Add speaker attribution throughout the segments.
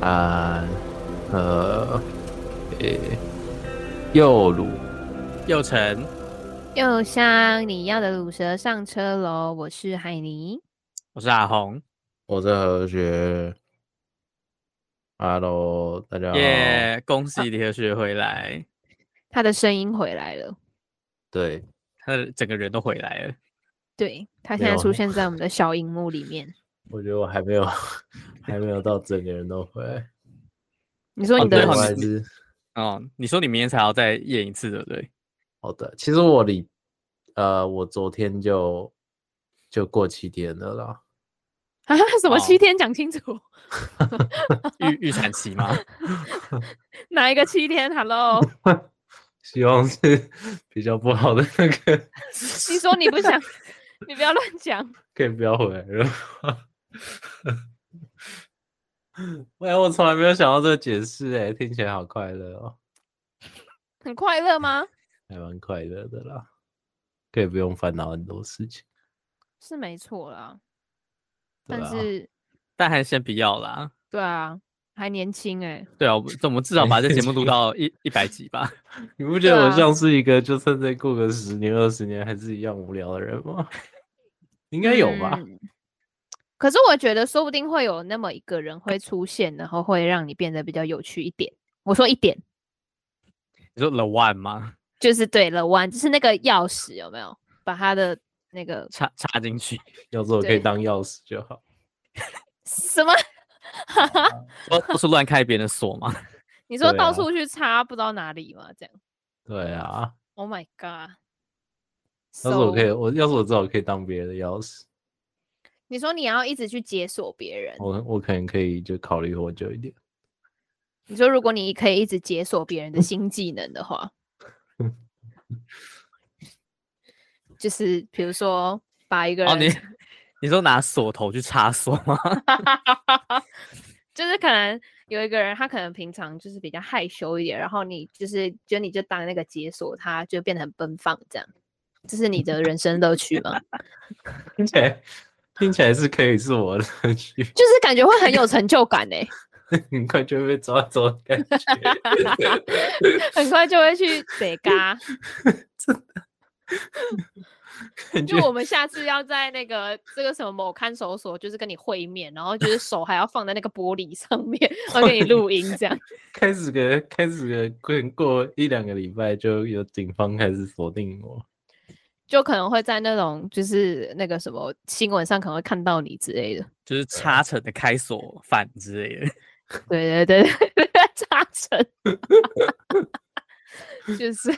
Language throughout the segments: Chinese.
Speaker 1: 啊，呃，呃，右乳，
Speaker 2: 右城，
Speaker 3: 又香，你要的乳蛇上车喽！我是海尼，
Speaker 2: 我是阿红，
Speaker 1: 我是何学。Hello，大家好。
Speaker 2: 耶、恭喜李和学回来，
Speaker 3: 他的声音回来了，
Speaker 1: 对，
Speaker 2: 他的整个人都回来了。
Speaker 3: 对他
Speaker 1: 没
Speaker 3: 现在
Speaker 1: 有
Speaker 3: 出现在我们的小荧幕里 面。
Speaker 1: 我觉得我还没有， 还没有到整个人都回来。
Speaker 3: 你说
Speaker 2: 哦
Speaker 3: 哦你
Speaker 2: 对
Speaker 3: 的
Speaker 1: 我
Speaker 2: 好
Speaker 1: 还
Speaker 2: 你
Speaker 1: 是
Speaker 2: 哦，你说你明天才要再验一次，对不对？
Speaker 1: 好的。其实我礼，呃，我昨天就就过七天了啦。
Speaker 3: 啊 什么
Speaker 2: 哦
Speaker 3: 七天讲清楚，
Speaker 2: 预预产期吗？
Speaker 3: 哪一个七天？Hello，
Speaker 1: 希望是比较不好的那个，
Speaker 3: 你说你不想，你不要乱讲。
Speaker 1: 可以不要回来了吗。 喂，我从来没有想到这个解释，哎，听起来好快乐哦，
Speaker 3: 很快乐吗？
Speaker 1: 还蛮快乐的啦，可以不用烦恼很多事情。
Speaker 3: 是没错啦，
Speaker 1: 对
Speaker 3: 但
Speaker 1: 啊
Speaker 3: 是
Speaker 2: 但还是先不要啦。
Speaker 3: 对啊，还年轻哎、
Speaker 2: 对啊，我 们我们至少把这节目录到一一百集吧。
Speaker 1: 你不觉得
Speaker 3: 对
Speaker 1: 我
Speaker 3: 啊
Speaker 1: 像是一个就算再过个十年二十年还是一样无聊的人吗？ 应该有吧？
Speaker 3: 嗯可是我觉得，说不定会有那么一个人会出现，然后会让你变得比较有趣一点。我说一点，
Speaker 2: 你说 The One 吗？
Speaker 3: 就是对了弯，就是那个钥匙有没有把他的那个
Speaker 2: 插插进去，
Speaker 1: 要是我可以
Speaker 3: 对
Speaker 1: 当钥匙就好。
Speaker 3: 什么？
Speaker 2: 都都是乱开别人的锁 吗？
Speaker 3: 你说
Speaker 1: 对
Speaker 3: 到
Speaker 1: 啊
Speaker 3: 处去插，不知道哪里吗？这样
Speaker 1: 对啊，
Speaker 3: ，Oh my god！
Speaker 1: 要是我可以，
Speaker 3: So，
Speaker 1: 我要是我知道我可以当别人的钥匙，
Speaker 3: 你说你要一直去解锁别人，
Speaker 1: 我我可能可以就考虑活久一点。
Speaker 3: 你说如果你可以一直解锁别人的新技能 的话，就是比如说把一个
Speaker 2: 哦，
Speaker 3: 人
Speaker 2: 你你说拿锁头去插锁吗？
Speaker 3: 就是可能有一个人，他可能平常就是比较害羞一点，然后你就是就你就当那个解锁他，就变得很奔放这样，这是你的人生乐趣吗？
Speaker 1: 听起来听起来是可以是我的 乐趣，
Speaker 3: 就是感觉会很有成就感哎、
Speaker 1: 很快就会被抓走的感觉。
Speaker 3: 很快就会去得 嘎。
Speaker 1: 感
Speaker 3: 就
Speaker 1: 觉
Speaker 3: 我们下次要在那个这个什么某看守所，就是跟你会面，然 后就是手还要放在那个玻璃上面，然后给你录音这样。
Speaker 1: 开始个开始个，可能过一两个礼拜就有警方开始锁定我。
Speaker 3: 就可能会在那种就是那个什么新闻上可能会看到你之类的，
Speaker 2: 就是插成的开锁反之类的。
Speaker 3: 对对对对，插成，就是，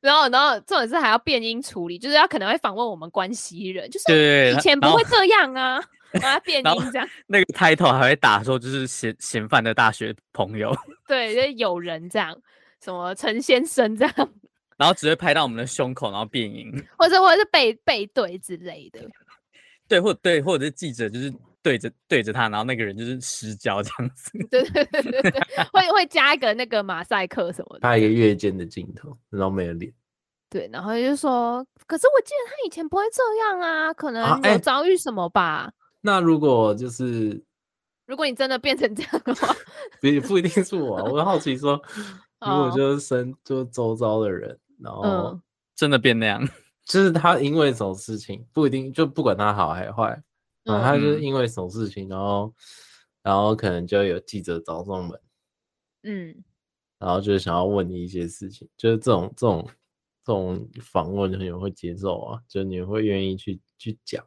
Speaker 3: 然后然后重点是还要变音处理，就是他可能会访问我们关系人，就是
Speaker 2: 对，
Speaker 3: 以
Speaker 2: 他
Speaker 3: 前不
Speaker 2: 然后
Speaker 3: 会这样啊，把它变
Speaker 2: 然后
Speaker 3: 音这样，
Speaker 2: 那个 title 还会打说就是嫌嫌犯的大学朋友，
Speaker 3: 对，就是有人这样，什么陈先生这样，
Speaker 2: 然后只会拍到我们的胸口，然后变
Speaker 1: 嗯
Speaker 2: 音。
Speaker 3: 或者或者是背背对之类的，
Speaker 2: 对，或对，或者是记者就是对着对着他，然后那个人就是失焦这样子。
Speaker 3: 对对对对对，会会加一个那个马赛克什么的，
Speaker 1: 拍一个月间的镜头，然后没有脸。
Speaker 3: 对，然后就说，可是我记得他以前不会这样啊，可能有
Speaker 1: 哎
Speaker 3: 遭遇什么吧。
Speaker 1: 那如果就是
Speaker 3: 如果你真的变成这样的话，
Speaker 1: 不也不一定是我啊、我好奇说，如果
Speaker 3: 哦
Speaker 1: 就是身就周遭的人，然后
Speaker 3: 嗯
Speaker 2: 真的变那样，
Speaker 1: 就是他因为什么事情，不一定就不管他好还坏，啊，他就是
Speaker 2: 嗯
Speaker 1: 因为什么事情，然后然后可能就有记者找上门，
Speaker 3: 嗯，
Speaker 1: 然后就是想要问你一些事情，就是这种这种这种访问你们会接受啊，就是你们会愿意去去讲。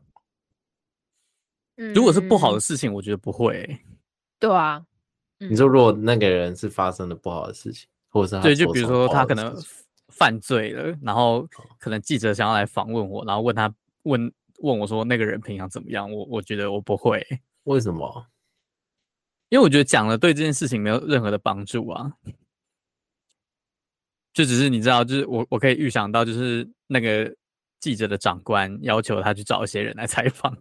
Speaker 3: 嗯
Speaker 2: 如果是不好的
Speaker 3: 嗯
Speaker 2: 事情，我觉得不会欸、
Speaker 1: 嗯
Speaker 3: 对啊，
Speaker 1: 你说如果那个人是发生了不好的事情，或嗯者是他
Speaker 2: 嗯对，就
Speaker 1: 做
Speaker 2: 比如
Speaker 1: 什么
Speaker 2: 说
Speaker 1: 不
Speaker 2: 他
Speaker 1: 好
Speaker 2: 可
Speaker 1: 的
Speaker 2: 能
Speaker 1: 事情哦
Speaker 2: 犯罪了，然后可能记者想要来访问我，然后问他问问我说那个人平常怎么样，我我觉得我不会欸、
Speaker 1: 为什 么？
Speaker 2: 因为我觉得讲了对这件事情没有任何的帮助啊，就只是你知道，就是我我可以预想到，就是那个记者的长官要求他去找一些人来采访，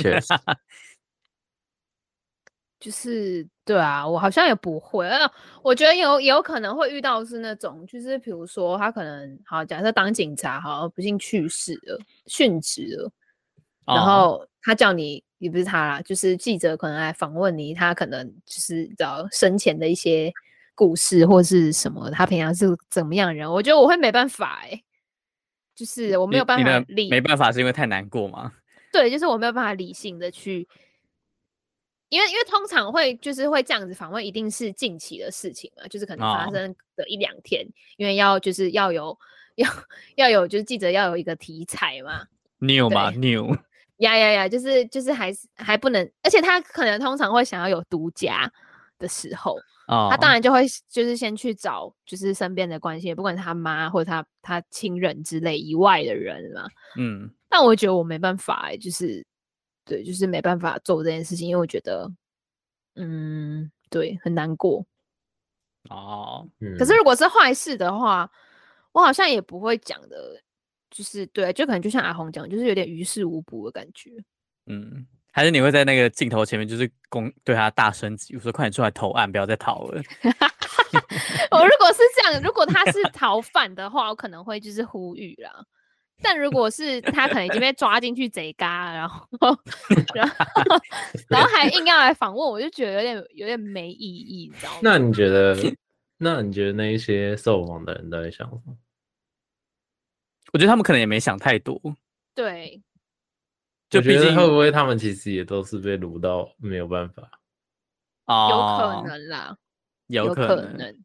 Speaker 1: 确 实，
Speaker 3: 就是对啊，我好像也不会。呃我觉得有也有可能会遇到是那种，就是比如说他可能好，假设当警察好不幸去世了，殉职了，然
Speaker 2: 哦
Speaker 3: 后他叫你也不是他啦，就是记者可能来访问你，他可能就是找生前的一些故事或是什么，他平常是怎么样的人，我觉得我会没办法哎、就是我
Speaker 2: 我
Speaker 3: 没有办法理，
Speaker 2: 没办法是因为太难过嘛。
Speaker 3: 对，就是我没有办法理性的去，因为因为通常会就是会这样子访问，一定是近期的事情嘛，就是可能发
Speaker 2: 哦
Speaker 3: 生的一两天，因为要就是要有要要有就是记者要有一个题材嘛，
Speaker 2: new
Speaker 3: 对
Speaker 2: 嘛 new，
Speaker 3: 呀呀呀，就是就是还是还不能，而且他可能通常会想要有独家的时候，
Speaker 2: 哦，
Speaker 3: 他当然就会就是先去找就是身边的关系，不管是他妈或者他他亲人之类以外的人嘛，
Speaker 2: 嗯，
Speaker 3: 但我觉得我没办法、欸，就是对，就是没办法做这件事情，因为我觉得，嗯，对，很难过。
Speaker 2: 哦，
Speaker 1: 嗯
Speaker 3: 可是如果是坏事的话，我好像也不会讲的，就是对，就可能就像阿红讲，就是有点于事无补的感觉。
Speaker 2: 嗯，还是你会在那个镜头前面就是公对他大声疾呼说快点出来投案，不要再逃了。
Speaker 3: 我如果是这样，如果他是逃犯的话，我可能会就是呼吁啦。但如果是他可能已经被抓进去贼嘎，然后 然后然后还硬要来访问，我就觉得有点有点没意义，你知道吗？
Speaker 1: 嗯那你觉 得，那你觉得那一些受访的人都在想什么？
Speaker 2: 我觉得他们可能也没想太多，
Speaker 3: 对，
Speaker 2: 就
Speaker 1: 我
Speaker 2: 毕
Speaker 1: 觉
Speaker 2: 竟
Speaker 1: 得会不会他们其实也都是被掳到没有办法？
Speaker 3: 有
Speaker 2: 哦
Speaker 3: 可，能啦，
Speaker 2: 有
Speaker 3: 可
Speaker 2: 可能，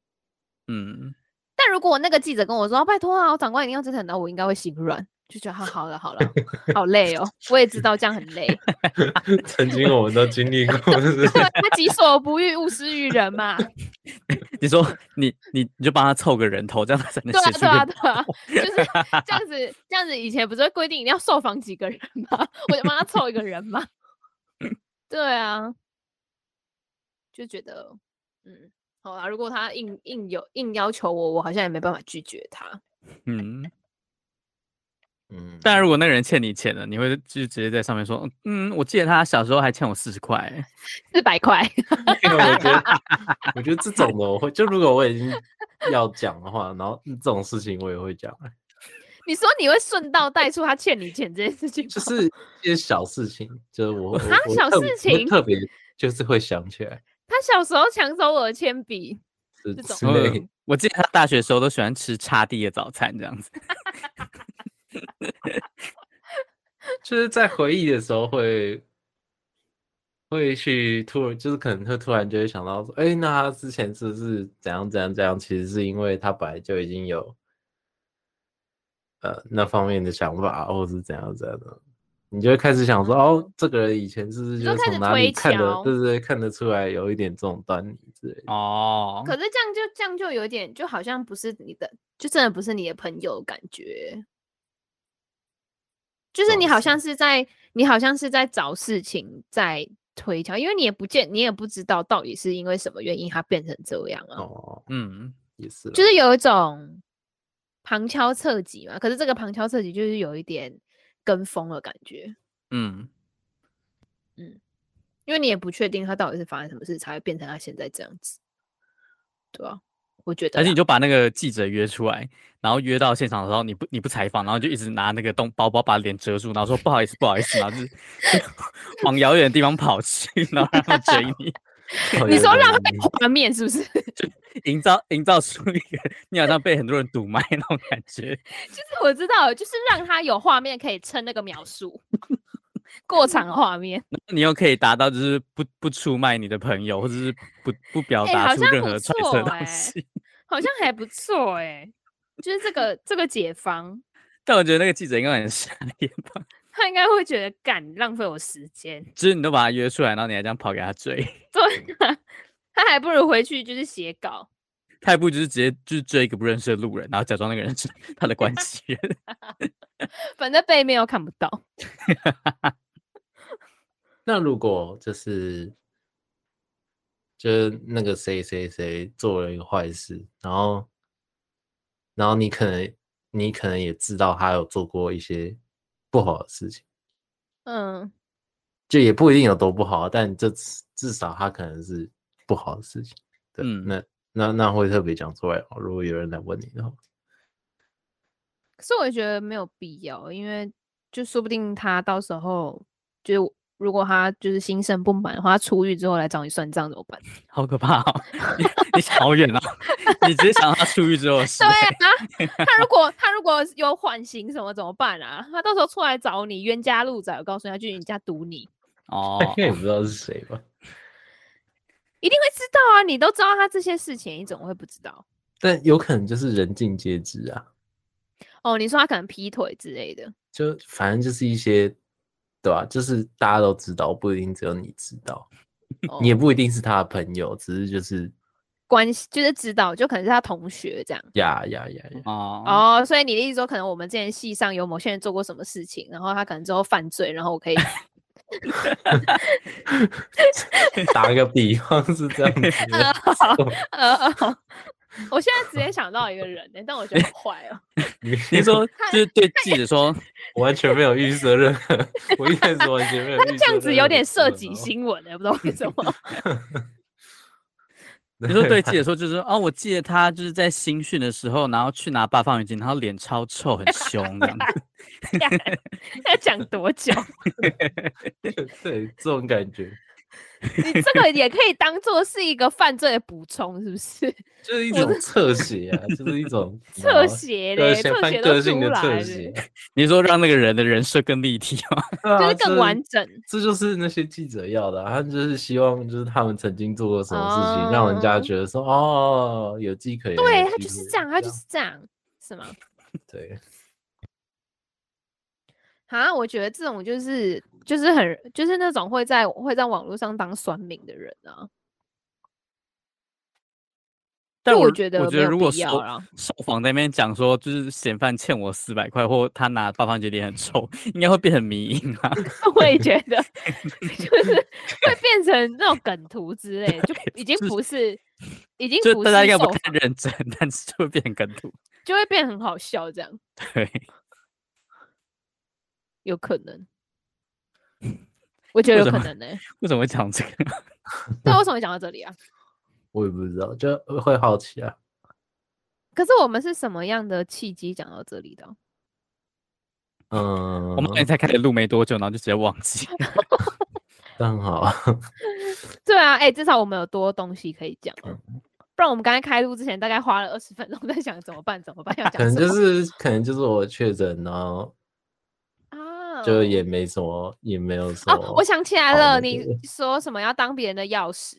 Speaker 2: 嗯，
Speaker 3: 但如果那个记者跟我说：“拜托啊，长官一定要真诚的，我应该会心软。”就觉得哈好 了好了，好累哦，我也知道这样很累。
Speaker 1: 曾经我们都经历过，就是
Speaker 3: 对，啊
Speaker 2: 啊
Speaker 3: 他己所不欲，勿施于人嘛。
Speaker 2: 你说你你你就帮他凑个人头，这样他才能
Speaker 3: 对啊
Speaker 2: 写出
Speaker 3: 对啊
Speaker 2: 个
Speaker 3: 对啊，就是 这样子这样子。以前不是会规定一定要受访几个人吗？我就帮他凑一个人 嘛。对啊，就觉得嗯，好啊。如果他硬硬有硬要求我，我好像也没办法拒绝他。
Speaker 2: 嗯。
Speaker 1: 嗯，
Speaker 2: 但如果那个人欠你钱了，你会就直接在上面说，嗯，我记得他小时候还欠我四十块 欸。
Speaker 3: 四百块，
Speaker 1: 因为我觉得，我觉得这种的我会，就如果我已经要讲的话，然后
Speaker 3: 嗯
Speaker 1: 这种事情我也会讲，啊
Speaker 3: 你说你会顺道带出他欠你钱这件事情吗，
Speaker 1: 就是一些小事情，就是我我
Speaker 3: 哦啊
Speaker 1: 我
Speaker 3: 小
Speaker 1: 特
Speaker 3: 事
Speaker 1: 我会
Speaker 3: 情
Speaker 1: 特别就是会想起来
Speaker 3: 他小时候抢走我的铅笔，
Speaker 1: 之
Speaker 3: 这种
Speaker 1: 之类的
Speaker 2: 嗯。我记得他大学的时候都喜欢吃叉地的早餐这样 子。
Speaker 1: 就是在回忆的时候会会去突然，就是可能会突然就会想到说，哎、那他之前是不是怎样怎样怎样？其实是因为他本来就已经有呃那方面的想法，或是怎样怎样的。你就会开始想说，哦，这个人以前是不是
Speaker 3: 你
Speaker 1: 就
Speaker 3: 就是开
Speaker 1: 从
Speaker 3: 始
Speaker 1: 哪里
Speaker 3: 推
Speaker 1: 看的，
Speaker 3: 敲
Speaker 1: 对对对，看得出来有一点这种端倪之类的。
Speaker 2: 哦
Speaker 3: 可，是这样就这样就有点，就好像不是你的，就真的不是你的朋友的感觉，就是
Speaker 1: 懂
Speaker 3: 你好
Speaker 1: 是
Speaker 3: 像是在你好像是在找事情在推敲，因为你也不见你也不知道到底是因为什么原因他变成这样啊，
Speaker 1: 哦，啊
Speaker 2: 嗯，
Speaker 1: 也是啦，
Speaker 3: 就是有一种旁敲侧击嘛。可是这个旁敲侧击就是有一点跟风的感觉，
Speaker 2: 嗯，
Speaker 3: 因为你也不确定他到底是发生什么事，才会变成他现在这样子，对啊，我觉得
Speaker 2: 而且
Speaker 3: 啦，
Speaker 2: 你就把那个记者约出来，然后约到现场的时候，你不你不采访，然后就一直拿那个东包包把脸遮住，然后说不好意思不好意思，然后就 往遥远的地方跑去，然后让他们追你，
Speaker 1: 哦
Speaker 3: 你
Speaker 1: 有
Speaker 3: 说
Speaker 1: 可
Speaker 3: 浪
Speaker 1: 能
Speaker 3: 费画面是不 是？
Speaker 2: 营造营造出一个你好像被很多人堵麦那种感觉。
Speaker 3: 就是我知道，就是让他有画面可以撑那个描述 过场的画面。
Speaker 2: 你又可以达到就是不不出卖你的朋友，或者是不不表
Speaker 3: 哎
Speaker 2: 达
Speaker 3: 好
Speaker 2: 出
Speaker 3: 像
Speaker 2: 任
Speaker 3: 不
Speaker 2: 何揣测的
Speaker 3: 错
Speaker 2: 东
Speaker 3: 哎
Speaker 2: 西。
Speaker 3: 好像还不错哎、就是这个这个解方，
Speaker 2: 但我觉得那个记者应该很傻眼吧，
Speaker 3: 他应该会觉得干浪费我时间，
Speaker 2: 就是你都把他约出来，然后你还这样跑给他追，
Speaker 3: 对啊，他还不如回去就是写稿。
Speaker 2: 他还不如就是直接就是追一个不认识的路人，然后假装那个人是他的关系人。
Speaker 3: 反正背面又看不到，
Speaker 1: 那如果就是就是那个谁谁谁做了一个坏事，然后然后你可能你可能也知道他有做过一些不好的事情，
Speaker 3: 嗯，
Speaker 1: 就也不一定有多不好，啊但这至至少他可能是不好的事情。对，
Speaker 2: 嗯
Speaker 1: 那那那会特别讲出来哦。如果有人来问你的话，
Speaker 3: 可是我也觉得没有必要，因为就说不定他到时候就如果他就是心生不满的话，他出狱之后来找你算账怎么办？
Speaker 2: 好可怕哦！ 你你想好远哦，你直接想到他出狱之后的 事
Speaker 3: 对
Speaker 2: 欸，
Speaker 3: 啊，他如果他如果有缓刑什么怎么办啊？他到时候出来找你冤家路窄，我告诉你，他去你家堵你，
Speaker 2: 哦
Speaker 1: 他， 应该也不知道是谁吧？
Speaker 3: 一定会知道啊！你都知道他这些事情，你怎么会不知道？
Speaker 1: 但有可能就是人尽皆知啊，
Speaker 3: 哦，你说他可能劈腿之类的，
Speaker 1: 就反正就是一些，对吧、就是大家都知道，不一定只有你知道，
Speaker 3: 哦
Speaker 1: 你也不一定是他的朋友，只是就是
Speaker 3: 关系就是知道，就可能是他同学这样。
Speaker 1: 呀呀呀 呀，
Speaker 2: 哦，
Speaker 3: 哦，所以你的意思说，可能我们之前系上有某些人做过什么事情，然后他可能之后犯罪，然后我可以
Speaker 1: 打个比方是这样子的，
Speaker 3: 呃，呃我现在直接想到一个人、欸，但我觉得好坏哦，
Speaker 1: 你
Speaker 2: 你说就是对记者说，
Speaker 1: 我完全没有预设任何，我一开始完全没有预设任何可能哦。
Speaker 3: 这样子有点涉
Speaker 1: 哦
Speaker 3: 及新闻欸的、不知道为什么。
Speaker 1: 对，
Speaker 2: 你说对 记者说，就是说哦，我记得他就是在新训的时候，然后去拿八方云集，然后脸超臭，很凶这样子。
Speaker 3: 要讲多久？
Speaker 1: 对这种感觉，
Speaker 3: 你这个也可以当做是一个犯罪的补充，是不是？
Speaker 1: 就是一种侧写啊，就是一种哦
Speaker 3: 侧写
Speaker 1: 个
Speaker 3: 嘞，
Speaker 1: 性
Speaker 3: 特
Speaker 1: 翻
Speaker 3: 写
Speaker 1: 个
Speaker 3: 都
Speaker 1: 性
Speaker 3: 出
Speaker 1: 的
Speaker 3: 来
Speaker 1: 侧
Speaker 3: 了，
Speaker 1: 写，
Speaker 2: 你说让那个人的人设更立体吗？
Speaker 1: 对啊
Speaker 3: 就是更完。整。
Speaker 1: 这就是那些记者要的啊、他们就是希望就是他们曾经做过什么事情，让人家
Speaker 3: 哦
Speaker 1: 觉得说哦有迹可言。
Speaker 3: 对
Speaker 1: 有
Speaker 3: 他
Speaker 1: 迹
Speaker 3: 就
Speaker 1: 可
Speaker 3: 是
Speaker 1: 言
Speaker 3: 这样，他就
Speaker 1: 样
Speaker 3: 是这样，是吗？
Speaker 1: 对，
Speaker 3: 啊，我觉得这种就是就是很就是那种会在会在网络上当酸民的人啊，
Speaker 2: 但
Speaker 3: 就
Speaker 2: 我
Speaker 3: 我觉得
Speaker 2: 我觉
Speaker 3: 没
Speaker 2: 得
Speaker 3: 有
Speaker 2: 如果
Speaker 3: 必要
Speaker 2: 受
Speaker 3: 啦
Speaker 2: 受访在那边讲说，就是嫌犯欠我四百块，或他拿八方云集脸很臭，应该会变成迷因啊。
Speaker 3: 我也觉 得就是会变成那种梗图之类的，就已经
Speaker 2: 就是
Speaker 3: 不是已经
Speaker 2: 就
Speaker 3: 不
Speaker 2: 大家
Speaker 3: 是
Speaker 2: 应该不
Speaker 3: 受
Speaker 2: 太认真，但是就会变成梗图。
Speaker 3: 就会变很好笑，这样
Speaker 2: 对，
Speaker 3: 有可 能。我觉得
Speaker 2: 为
Speaker 3: 有
Speaker 2: 什
Speaker 3: 可
Speaker 2: 么
Speaker 3: 能呢、欸
Speaker 2: 为什么会讲这个？
Speaker 3: 对，为什么会讲到这里啊？
Speaker 1: 我也不知道，就会好奇啊。
Speaker 3: 可是我们是什么样的契机讲到这里的啊？
Speaker 1: 嗯，
Speaker 2: 我们刚才开始录没多久，然后就直接忘 记了。
Speaker 1: 刚好
Speaker 3: 对啊，哎、至少我们有多东西可以讲啊、
Speaker 1: 嗯
Speaker 3: 不然我们刚才开录之前大概花了二十分钟 在想怎么办，怎么办，要
Speaker 1: 可
Speaker 3: 讲
Speaker 1: 能
Speaker 3: 什
Speaker 1: 就
Speaker 3: 么
Speaker 1: 是可能就是我确诊，然后
Speaker 3: 啊，
Speaker 1: 就也没什么，也没有什么。
Speaker 3: 哦，我想起来
Speaker 1: 好
Speaker 3: 了，
Speaker 1: 的
Speaker 3: 你说什么要当别人的钥匙，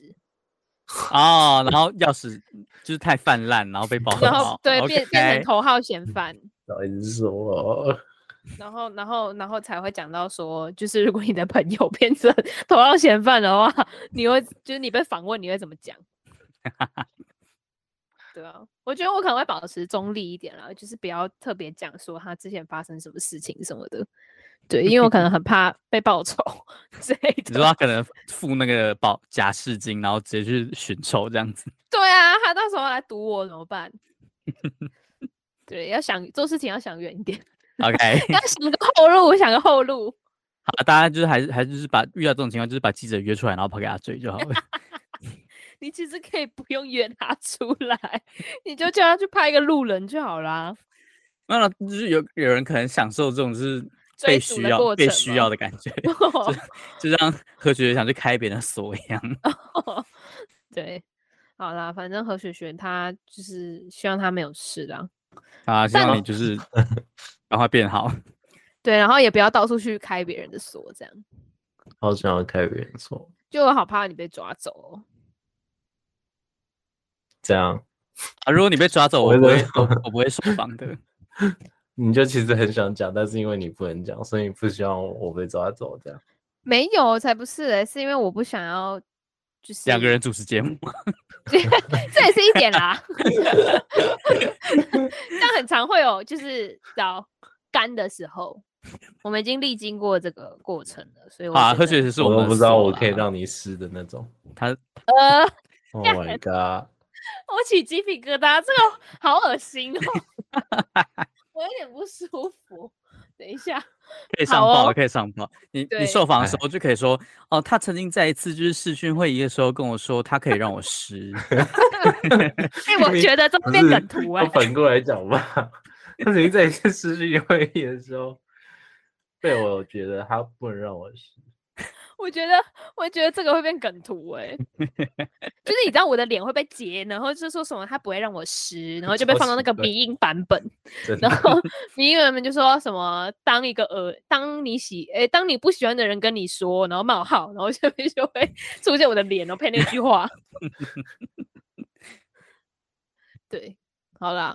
Speaker 2: 哦，然后钥匙就是太泛滥，然后被爆
Speaker 3: 然后
Speaker 2: 了。
Speaker 3: 对
Speaker 2: 哦 OK 嗯
Speaker 3: 变变成头号嫌犯，
Speaker 1: 到底是什么？
Speaker 3: 然后然后然后才会讲到说，就是如果你的朋友 变成头号嫌犯的话，你会就是你被访问你会怎么讲？ 对啊，我觉得我可能会保持中立一点啦，就是不要特别讲说他之前发生什么事情什么的。对，因为我可能很怕被报仇 之类
Speaker 2: 你
Speaker 3: 的。
Speaker 2: 说他可能付那个保假释金，然后直接去寻仇这样子。
Speaker 3: 对啊，他到时候来堵我怎么办？ 对，要想做事情要想远一点，
Speaker 2: OK，
Speaker 3: 要想个后路，想个后路。
Speaker 2: 好，大家就是还是还是就是把遇到这种情况，就是把记者约出来，然后跑给他追就好了。
Speaker 3: 你其实可以不用约他出来，你就叫他去拍一个路人就好 啦。
Speaker 2: 那就是有有人可能享受这种就是
Speaker 3: 追
Speaker 2: 被
Speaker 3: 逐
Speaker 2: 需
Speaker 3: 的
Speaker 2: 要
Speaker 3: 过
Speaker 2: 被
Speaker 3: 程
Speaker 2: 需
Speaker 3: 吗
Speaker 2: 要的感觉， 就像何学想去开别人的锁一样。
Speaker 3: 对，好啦，反正何雪雪她就是希望她没有事啦。
Speaker 2: 啊，希
Speaker 3: 但
Speaker 2: 望你就是赶快变好。
Speaker 3: 对，然后也不要到处去开别人的锁，这样
Speaker 1: 好想要开别人说，
Speaker 3: 就我好怕你被抓走哦。
Speaker 1: 这样
Speaker 2: 啊，如果你被抓走，我
Speaker 1: 我以
Speaker 2: 不会
Speaker 1: 为，
Speaker 2: 我我不会受访 的。
Speaker 1: 你就其实很想讲，但是因为你不能讲，所以你不希望我被抓走这样。
Speaker 3: 没有，才不是嘞，是因为我不想要，就是
Speaker 2: 两个人主持节目，
Speaker 3: 这也是一点 啦。这样很常会有，就是到干的时候，我们已经历经过这个过程了，所以我
Speaker 2: 好啊，
Speaker 3: 觉
Speaker 2: 何
Speaker 3: 得
Speaker 2: 学是
Speaker 1: 我
Speaker 2: 们
Speaker 1: 都
Speaker 2: 啊的
Speaker 1: 不知道
Speaker 2: 锁
Speaker 1: 我
Speaker 2: 啦
Speaker 1: 可以让你湿的那种。
Speaker 2: 他
Speaker 3: 呃，
Speaker 1: 啊 Oh my god！
Speaker 3: 我起鸡皮疙瘩，这个好恶心 哦，我有点不舒服。等一 下，
Speaker 2: 可以上
Speaker 3: 好
Speaker 2: 报了，
Speaker 3: 哦
Speaker 2: 可以上报。你
Speaker 3: 对
Speaker 2: 你受访的
Speaker 1: 哎
Speaker 2: 时候就可以说，哦，他曾经在一次就是视讯会议的时候跟我说，他可以让我 湿。
Speaker 3: 哎、我
Speaker 1: 明
Speaker 3: 觉得这
Speaker 1: 不
Speaker 3: 变
Speaker 1: 是
Speaker 3: 梗图哎、
Speaker 1: 我反过来讲吧，他曾经在一次失去会议的时候，被我觉得他不能让我死。
Speaker 3: 我觉得，我觉得这个会变梗图 哎、就是你知道我的脸会被截，然后就说什么他不会让我湿，然后就被
Speaker 1: 超
Speaker 3: 放到那
Speaker 1: 奇
Speaker 3: 个
Speaker 1: 怪
Speaker 3: 鼻音版本，
Speaker 1: 真的
Speaker 3: 然后迷人们就说什么当一个呃，当你喜诶，当你不喜欢的人跟你说，然后冒号，然后下 面就会出现我的脸，然后配那句话。对，好啦，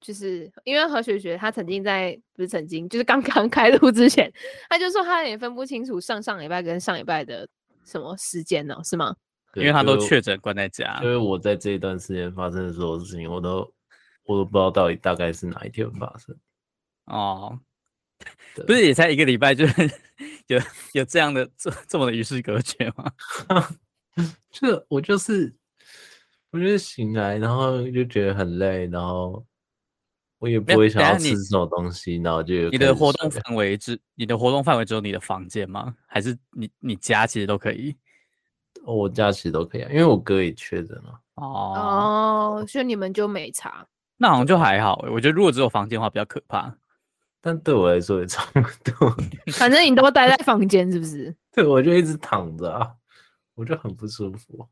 Speaker 3: 就是因为何雪雪她曾经在不是曾经，就是刚 刚开录之前，她就说她有点分不清楚上上礼拜跟上礼拜的什么时间呢、是吗？
Speaker 2: 因为他都确
Speaker 1: 确
Speaker 2: 诊关在家
Speaker 1: 因。为我在这一段时间发生的所有事情，我都我都不知道到底大概是哪一天发生。
Speaker 2: 哦，
Speaker 1: 对
Speaker 2: 不是也才一个礼拜就有有这样的这这么的与世隔绝吗？
Speaker 1: 这我就是，我就是醒来，然后就觉得很累，然后我也
Speaker 2: 没有
Speaker 1: 不会想
Speaker 2: 等
Speaker 1: 要
Speaker 2: 下
Speaker 1: 吃
Speaker 2: 你
Speaker 1: 什么东西，然后就开
Speaker 2: 你的
Speaker 1: 始
Speaker 2: 活动
Speaker 1: 睡
Speaker 2: 范围只你的活动范围只有你的房间吗？还是你你家其实都可以？
Speaker 1: 我假期都可以啊，因为我哥也确诊了。
Speaker 2: 哦，
Speaker 3: 哦，所以你们就没查。
Speaker 2: 那好像就还好欸。我觉得如果只有房间的话比较可怕。
Speaker 1: 但对我来说也差不多，
Speaker 3: 反正你都待在房间，是不是？
Speaker 1: 对我就一直躺着啊，我就很不舒服，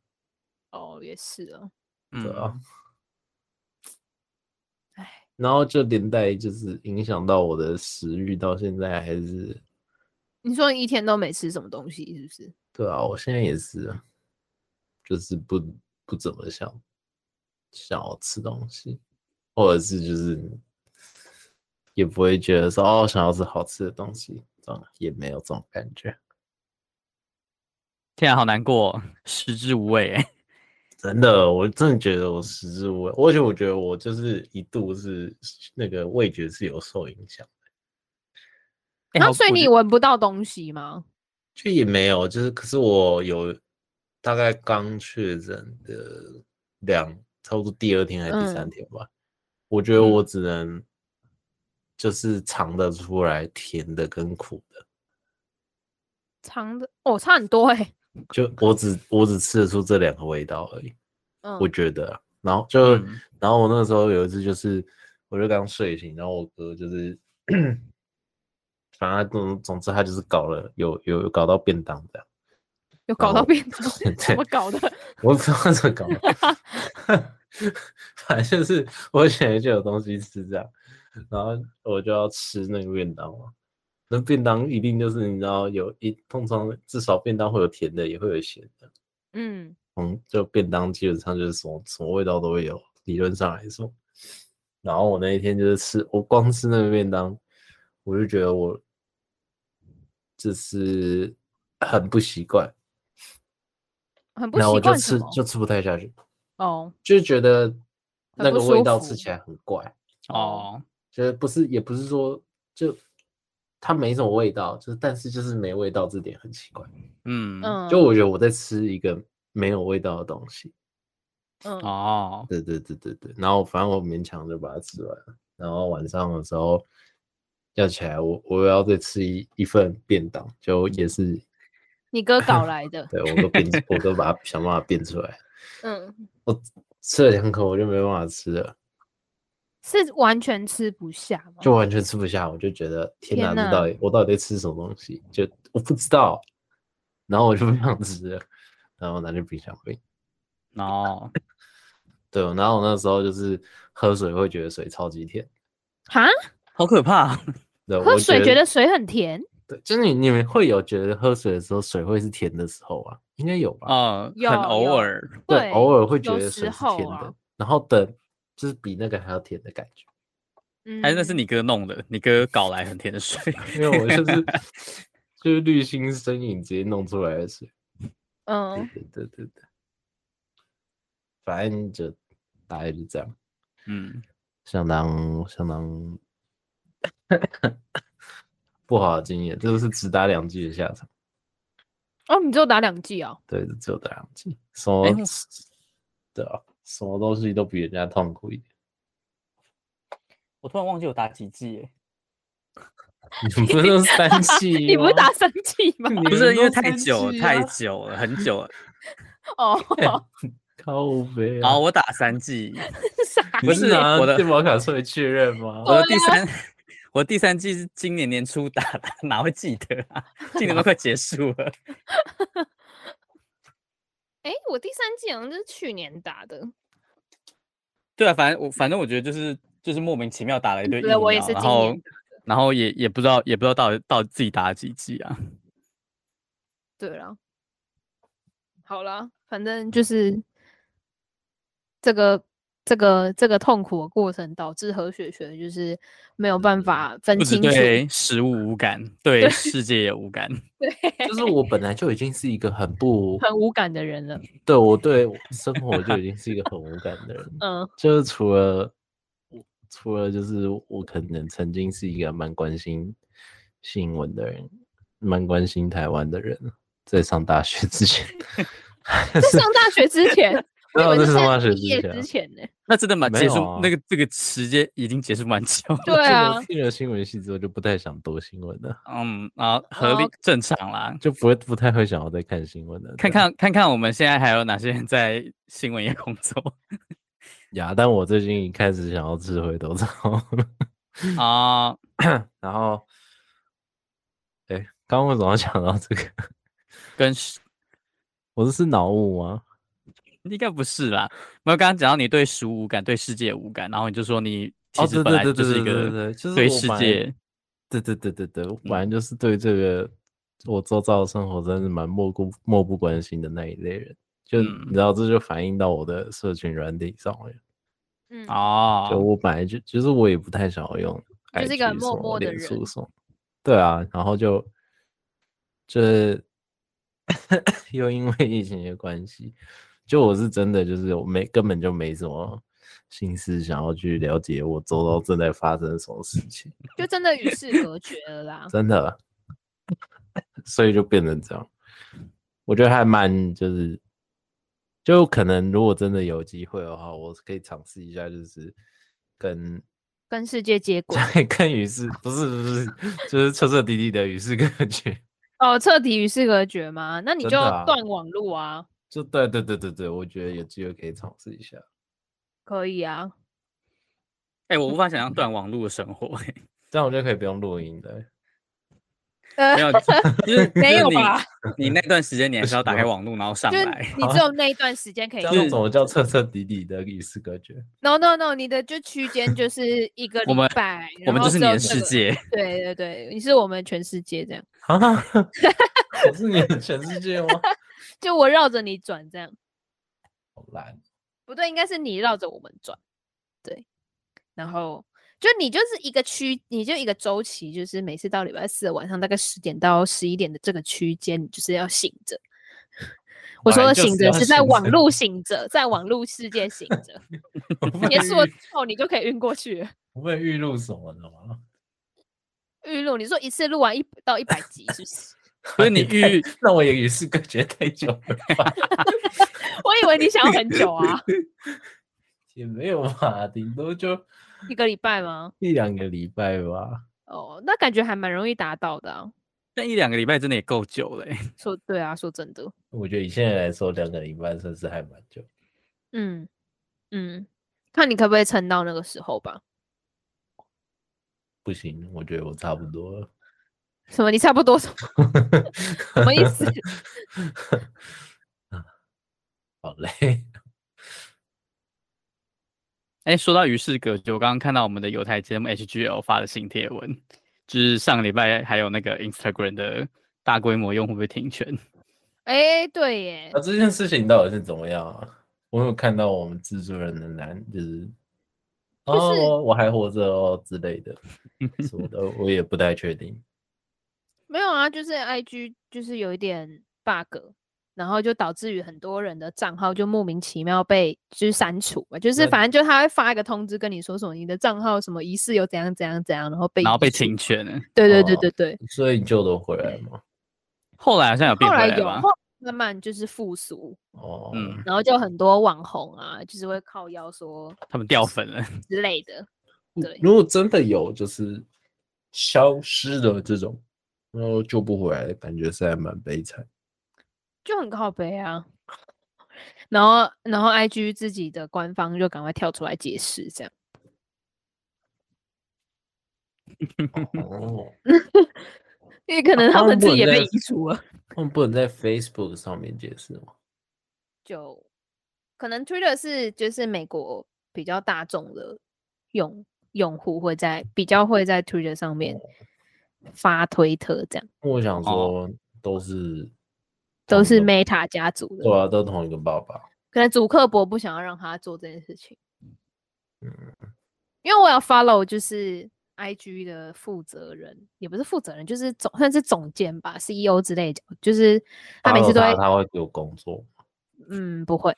Speaker 3: 哦，也是哦。
Speaker 2: 嗯
Speaker 1: 对，啊，
Speaker 3: 唉，
Speaker 1: 然后就连带就是影响到我的食欲，到现在还是，
Speaker 3: 你说你一天都没吃什么东西，是不是？
Speaker 1: 对啊，我现在也是啊，就是不不怎么想想要吃东西，或者是就是也不会觉得说哦想要吃好吃的东西，这样也没有这种感觉，
Speaker 2: 天啊，好难过哦，食之无 味欸。
Speaker 1: 真的，我真的觉得我食之无味，而且我觉得我就是一度是那个味觉是有受影响，
Speaker 2: 欸
Speaker 1: 哎
Speaker 3: 那、
Speaker 2: 好
Speaker 3: 所以
Speaker 2: 我
Speaker 3: 你
Speaker 2: 觉
Speaker 3: 闻不到东西吗？
Speaker 1: 就也没有，就是可是我有大概刚确诊的两，差不多第二天还是第三
Speaker 3: 嗯
Speaker 1: 天吧，我觉得我
Speaker 2: 嗯
Speaker 1: 只能就是尝得出来甜的跟苦的，
Speaker 3: 长的哦，差很多哎、
Speaker 1: 就我只我只吃得出这两个味道而已。
Speaker 3: 嗯，
Speaker 1: 我觉得啊。然后就，
Speaker 2: 嗯
Speaker 1: 然后我那时候有一次就是，我就刚睡醒，然后我哥就是，反正总总之他就是搞了，有有有搞到便当这样，
Speaker 3: 嗯有搞到
Speaker 1: 哦
Speaker 3: 变多
Speaker 1: 对，
Speaker 3: 怎么搞的？
Speaker 1: 我不知道他怎么搞的，反正就是我醒来就有东西吃这样，然后我就要吃那个便当嘛。那便当一定就是你知道有一通常至少便当会有甜的，也会有咸的。
Speaker 3: 嗯，
Speaker 1: 嗯，就便当基本上就是什么什么味道都会有，理论上来说。然后我那一天就是吃，我光吃那个便当，我就觉得我就是很不习惯，
Speaker 3: 很不
Speaker 1: 然后我
Speaker 3: 习
Speaker 1: 就
Speaker 3: 惯
Speaker 1: 吃
Speaker 3: 什么
Speaker 1: 就吃不太下去，
Speaker 3: 哦，
Speaker 1: 就觉得
Speaker 3: 很
Speaker 1: 那
Speaker 3: 不
Speaker 1: 个味
Speaker 3: 舒
Speaker 1: 道
Speaker 3: 服
Speaker 1: 吃起来很怪，
Speaker 2: 哦，
Speaker 1: 就是不是也不是说就它没什么味道，就是但是就是没味道，这点很奇怪。
Speaker 2: 嗯，
Speaker 3: 嗯，
Speaker 1: 就我觉得我在吃一个没有味道的东西，
Speaker 3: 嗯
Speaker 2: 哦，
Speaker 1: 对对对对对，然后反正我勉强就把它吃完了，然后晚上的时候要起来我，我又要再吃一一份便当，就也是
Speaker 3: 你哥
Speaker 1: ，
Speaker 3: 搞来的
Speaker 1: 对我都变 出，我都把它想办法变出来，
Speaker 3: 嗯，
Speaker 1: 我吃了两口我就没办法吃了，
Speaker 3: 是完全吃不下吗？
Speaker 1: 就完全吃不下，我就觉得天
Speaker 3: 天
Speaker 1: 哪，这到
Speaker 3: 哪
Speaker 1: 底我到底在吃什么东西？就我不知道，然后我就不想吃了，然后拿去冰箱冰。
Speaker 2: 哦，
Speaker 1: 对，然后我那时候就是喝水会觉得水超级甜，
Speaker 3: 哈，
Speaker 2: 好可怕哦。
Speaker 1: 对，
Speaker 3: 喝
Speaker 1: 我
Speaker 3: 水觉得水很甜，
Speaker 1: 对，就是你你们会有觉得喝水的时候水会是甜的时候啊，应该有吧？
Speaker 2: 哦，
Speaker 3: 有
Speaker 2: 很偶
Speaker 3: 有
Speaker 2: 尔。
Speaker 1: 对，偶尔会觉
Speaker 3: 有
Speaker 1: 得
Speaker 3: 时
Speaker 1: 水是
Speaker 3: 候
Speaker 1: 甜的，
Speaker 3: 啊
Speaker 1: 然后等就是比那个还要甜的感觉。
Speaker 3: 嗯，
Speaker 2: 还哎是那是你哥弄的，你哥搞来很甜的水。
Speaker 1: 因为我就是 就是滤芯身影直接弄出来的水，对
Speaker 3: 嗯，
Speaker 1: 对对对对，反正就大概就这样，
Speaker 2: 嗯，
Speaker 1: 相当相当 不好的经验，这就是只打两季的下场，
Speaker 3: 哦，你只有打两剂 哦，
Speaker 1: 对，只有打两季，什么、
Speaker 2: 哎我
Speaker 1: 对啊，什么东西都比人家痛苦一 点。
Speaker 2: 我突然忘记我打几季耶。
Speaker 1: 你不是都三季吗？
Speaker 3: 你不是打三剂吗？
Speaker 1: 你
Speaker 2: 啊不
Speaker 1: 们
Speaker 2: 是因为
Speaker 1: 都
Speaker 2: 太
Speaker 1: 三
Speaker 2: 久了，
Speaker 1: 季
Speaker 2: 太
Speaker 1: 啊
Speaker 2: 久了，很久了。
Speaker 3: 哦，
Speaker 1: 靠背、啊？
Speaker 2: 好，哦我打三季，
Speaker 3: 傻
Speaker 1: 你
Speaker 2: 不是
Speaker 1: 拿
Speaker 2: 我的
Speaker 1: 健保卡出来确认吗？
Speaker 2: 我的
Speaker 3: 对
Speaker 2: 第三，我第三季是今年年初打的， 哪会记得啊？今年都快结束了。
Speaker 3: 哎，我第三季好像是去年打的，
Speaker 2: 对啊，反正我反正我觉得就是就是莫名其妙打了一堆疫
Speaker 3: 对
Speaker 2: 苗，
Speaker 3: 我也是
Speaker 2: 然
Speaker 3: 今年
Speaker 2: 后然后也也不知道也不知道到底到底自己打了几剂啊。
Speaker 3: 对了，好了，反正就是这个这个这个痛苦的过程，导致何雪雪就是没有办法分
Speaker 2: 不止
Speaker 3: 清楚，对
Speaker 2: 对食物无感，对世界也无感。
Speaker 1: 就是我本来就已经是一个很 不
Speaker 3: 很无感的人了。，
Speaker 1: 对我对生活就已经是一个很无感的人
Speaker 3: 嗯，
Speaker 1: 就是除了我除了就是我可能曾经是一个蛮关心新闻的人，蛮关心台湾的人，在上大学之前
Speaker 3: 在上大学之前， 我以
Speaker 1: 那
Speaker 3: 为
Speaker 1: 我
Speaker 3: 是
Speaker 1: 是上大
Speaker 3: 在
Speaker 1: 学
Speaker 3: 毕
Speaker 1: 之前啊
Speaker 3: 业 之 前呢、
Speaker 2: 那真的蛮
Speaker 1: 没
Speaker 2: 结束
Speaker 1: 有啊，
Speaker 2: 那个这个时间已经结束蛮久了。
Speaker 3: 对
Speaker 1: 进
Speaker 3: 啊
Speaker 1: 了，进了新闻系之后就不太想多新闻了，
Speaker 2: 嗯啊，合理
Speaker 3: 哦
Speaker 2: 正常啦。
Speaker 1: 就不会不太会想要再看新闻了。
Speaker 2: 看
Speaker 1: 这样
Speaker 2: 看看看我们现在还有哪些人在新闻业工作
Speaker 1: 呀，但我最近开始想要吃回头草了，
Speaker 2: 啊？
Speaker 1: 然后，哎，刚刚为什么要讲到这个？
Speaker 2: 跟食
Speaker 1: 我是是脑雾吗？
Speaker 2: 应该不是啦，没有刚刚讲到你对食物无感，对世界无感，然后你就说你其
Speaker 1: 哦，
Speaker 2: 实
Speaker 1: 对
Speaker 2: 本
Speaker 1: 对
Speaker 2: 来
Speaker 1: 对
Speaker 2: 就
Speaker 1: 对
Speaker 2: 是
Speaker 1: 对
Speaker 2: 一
Speaker 1: 对
Speaker 2: 个
Speaker 1: 对，就是
Speaker 2: 对
Speaker 1: 我
Speaker 2: 世
Speaker 1: 本来
Speaker 2: 界，嗯
Speaker 1: 对对对对对，我本来就是对这个我周遭的生活真的是蛮漠不漠不关心的那一类人，就
Speaker 2: 嗯
Speaker 1: 你知道，这就反映到我的社群软体上面。
Speaker 3: 嗯，
Speaker 1: 就
Speaker 2: 哦，
Speaker 1: 我本来就，其实我也不太想要用 IG 什么，
Speaker 3: 就是一个默默的
Speaker 1: 脸
Speaker 3: 人
Speaker 1: 书什么对啊，然后就就是 又因为疫情的关系，就我是真的就是我没根本就没什么心思想要去了解我周遭正在发生什么事情，
Speaker 3: 就真的与世隔绝了
Speaker 1: 。
Speaker 3: 啦
Speaker 1: 真的，所以就变成这样。我觉得还蛮就是，就可能如果真的有机会的话，我可以尝试一下，就是跟
Speaker 3: 跟世界 接轨
Speaker 1: 对，跟与世不是不是， 就是彻彻底底的与世隔绝。
Speaker 3: 哦，彻底与世隔绝吗？那你
Speaker 1: 真
Speaker 3: 就
Speaker 1: 的啊
Speaker 3: 断网路啊，
Speaker 1: 就对对对对对，我觉得有机会可以尝试一下。
Speaker 3: 可以啊。
Speaker 2: 哎、我无法想象断网路的生活、 欸，
Speaker 1: 这样我就可以不用录音了。
Speaker 3: 呃
Speaker 2: 没，有，就是
Speaker 3: 没有？
Speaker 2: 就
Speaker 3: 吧
Speaker 2: 是你你那段时间你还是要打开网络，然后上
Speaker 3: 就是
Speaker 2: 来。
Speaker 3: 你只有那一段时 间可以
Speaker 1: 这
Speaker 3: 用
Speaker 1: 样怎么叫彻彻底底的与世隔 绝？
Speaker 3: No no no，你的就区间就是一个
Speaker 2: 我
Speaker 3: 礼
Speaker 2: 们
Speaker 3: 拜，
Speaker 2: 我
Speaker 3: 然
Speaker 2: 们
Speaker 3: 后
Speaker 2: 就是你
Speaker 3: 只有
Speaker 2: 的
Speaker 3: 这
Speaker 2: 世
Speaker 3: 个。
Speaker 2: 界，
Speaker 3: 对对对，你是我们全世界这样，
Speaker 1: 啊？我是你的全世界吗？
Speaker 3: 就我绕着你转这样，
Speaker 1: 好烂。哦
Speaker 3: 不对，应该是你绕着我们转，对。然后就你就是一个区，你就一个周期，就是每次到礼拜四的晚上大概十点到十一点的这个区间，你就是要醒着。 我
Speaker 1: 本
Speaker 3: 说
Speaker 1: 来
Speaker 3: 的
Speaker 1: 就是
Speaker 3: 醒着
Speaker 1: 要
Speaker 3: 是在
Speaker 1: 醒
Speaker 3: 网
Speaker 1: 着
Speaker 3: 络醒着，在网络世界醒着，
Speaker 1: 我
Speaker 3: 结
Speaker 1: 被
Speaker 3: 束了
Speaker 1: 预
Speaker 3: 之后你就可以晕过去了。
Speaker 1: 我被预录什么了吗？
Speaker 3: 预录，你说一次录完一到一百集是不是？
Speaker 2: 所以你预
Speaker 1: 那我也与世隔绝太久了吧？
Speaker 3: 我以为你想要很久啊，
Speaker 1: 也没有吧，顶多就
Speaker 3: 一个礼拜吗？
Speaker 1: 一两个礼拜吧。
Speaker 3: 哦，那感觉还蛮容易达到的、啊。
Speaker 2: 那一两个礼拜真的也够久了欸、
Speaker 3: 说对啊，说真的，
Speaker 1: 我觉得以现在来说，两个礼拜算是还蛮久。
Speaker 3: 嗯嗯，看你可不可以撑到那个时候吧。
Speaker 1: 不行，我觉得我差不多了。
Speaker 3: 什么？你差不多什么？
Speaker 1: 什
Speaker 3: 么意 思？
Speaker 1: 啊好嘞，
Speaker 2: 哎、说到与世隔绝，我刚刚看到我们的有台节目 HGL 发的新贴文，就是上个礼拜还有那个 Instagram 的大规模用户被停权。
Speaker 3: 哎、对耶
Speaker 1: 那、，这件事情到底是怎么样啊？我有看到我们制作人的男，就是
Speaker 3: 是
Speaker 1: 哦，我还活着哦之类的什么的，我也不太确定。
Speaker 3: 没有啊，就是 IG 就是有一点 bug。然后就导致于很多人的账号就莫名其妙被就是删除嘛，就是
Speaker 1: 那
Speaker 3: 反正就他会发一个通知跟你说什么你的账号什么疑似有怎样怎样怎样，然后被
Speaker 2: 然后
Speaker 3: 移
Speaker 2: 被
Speaker 3: 除
Speaker 2: 停权了。
Speaker 3: 对对对
Speaker 1: 哦
Speaker 3: 对对，
Speaker 1: 所以你救得回来吗？
Speaker 2: 后来好像有变
Speaker 3: 后
Speaker 2: 回
Speaker 3: 来
Speaker 2: 来
Speaker 3: 有
Speaker 2: 吧？
Speaker 3: 后来慢慢就是复苏，
Speaker 1: 哦，
Speaker 2: 嗯，
Speaker 3: 然后就很多网红啊，就是会靠腰说
Speaker 2: 他们掉粉了。
Speaker 3: 之类的。对
Speaker 1: 如果真的有就是消失的这种，然后救不回来的感觉，是还蛮悲惨。
Speaker 3: 就很靠背啊。然后，然后 I G 自己的官方就赶快跳出来解释，这样
Speaker 1: 哦，
Speaker 3: 因为可能他
Speaker 1: 他
Speaker 3: 们
Speaker 1: 们
Speaker 3: 自
Speaker 1: 不
Speaker 3: 己也
Speaker 1: 能
Speaker 3: 被
Speaker 1: 在
Speaker 3: 移 除了，
Speaker 1: 他们不能在 Facebook 上面解释吗？
Speaker 3: 就可能 Twitter 是就是美国比较大众的用用户会在比较会在 Twitter 上面发推特，这样
Speaker 1: 我想
Speaker 2: 哦
Speaker 1: 说都是
Speaker 3: 都
Speaker 1: 同
Speaker 3: 是
Speaker 1: 一个
Speaker 3: Meta 家族的，
Speaker 1: 哦对啊，都同一个爸爸。
Speaker 3: 可能祖克伯不想要让他做这件事情。
Speaker 1: 嗯，
Speaker 3: 因为我有 follow 就是 IG 的负责人，也不是负责人，就是总算是总监吧，CEO 之类的，就是他每次都
Speaker 1: 然
Speaker 3: 会
Speaker 1: 后他他会给我工作，
Speaker 3: 嗯不会，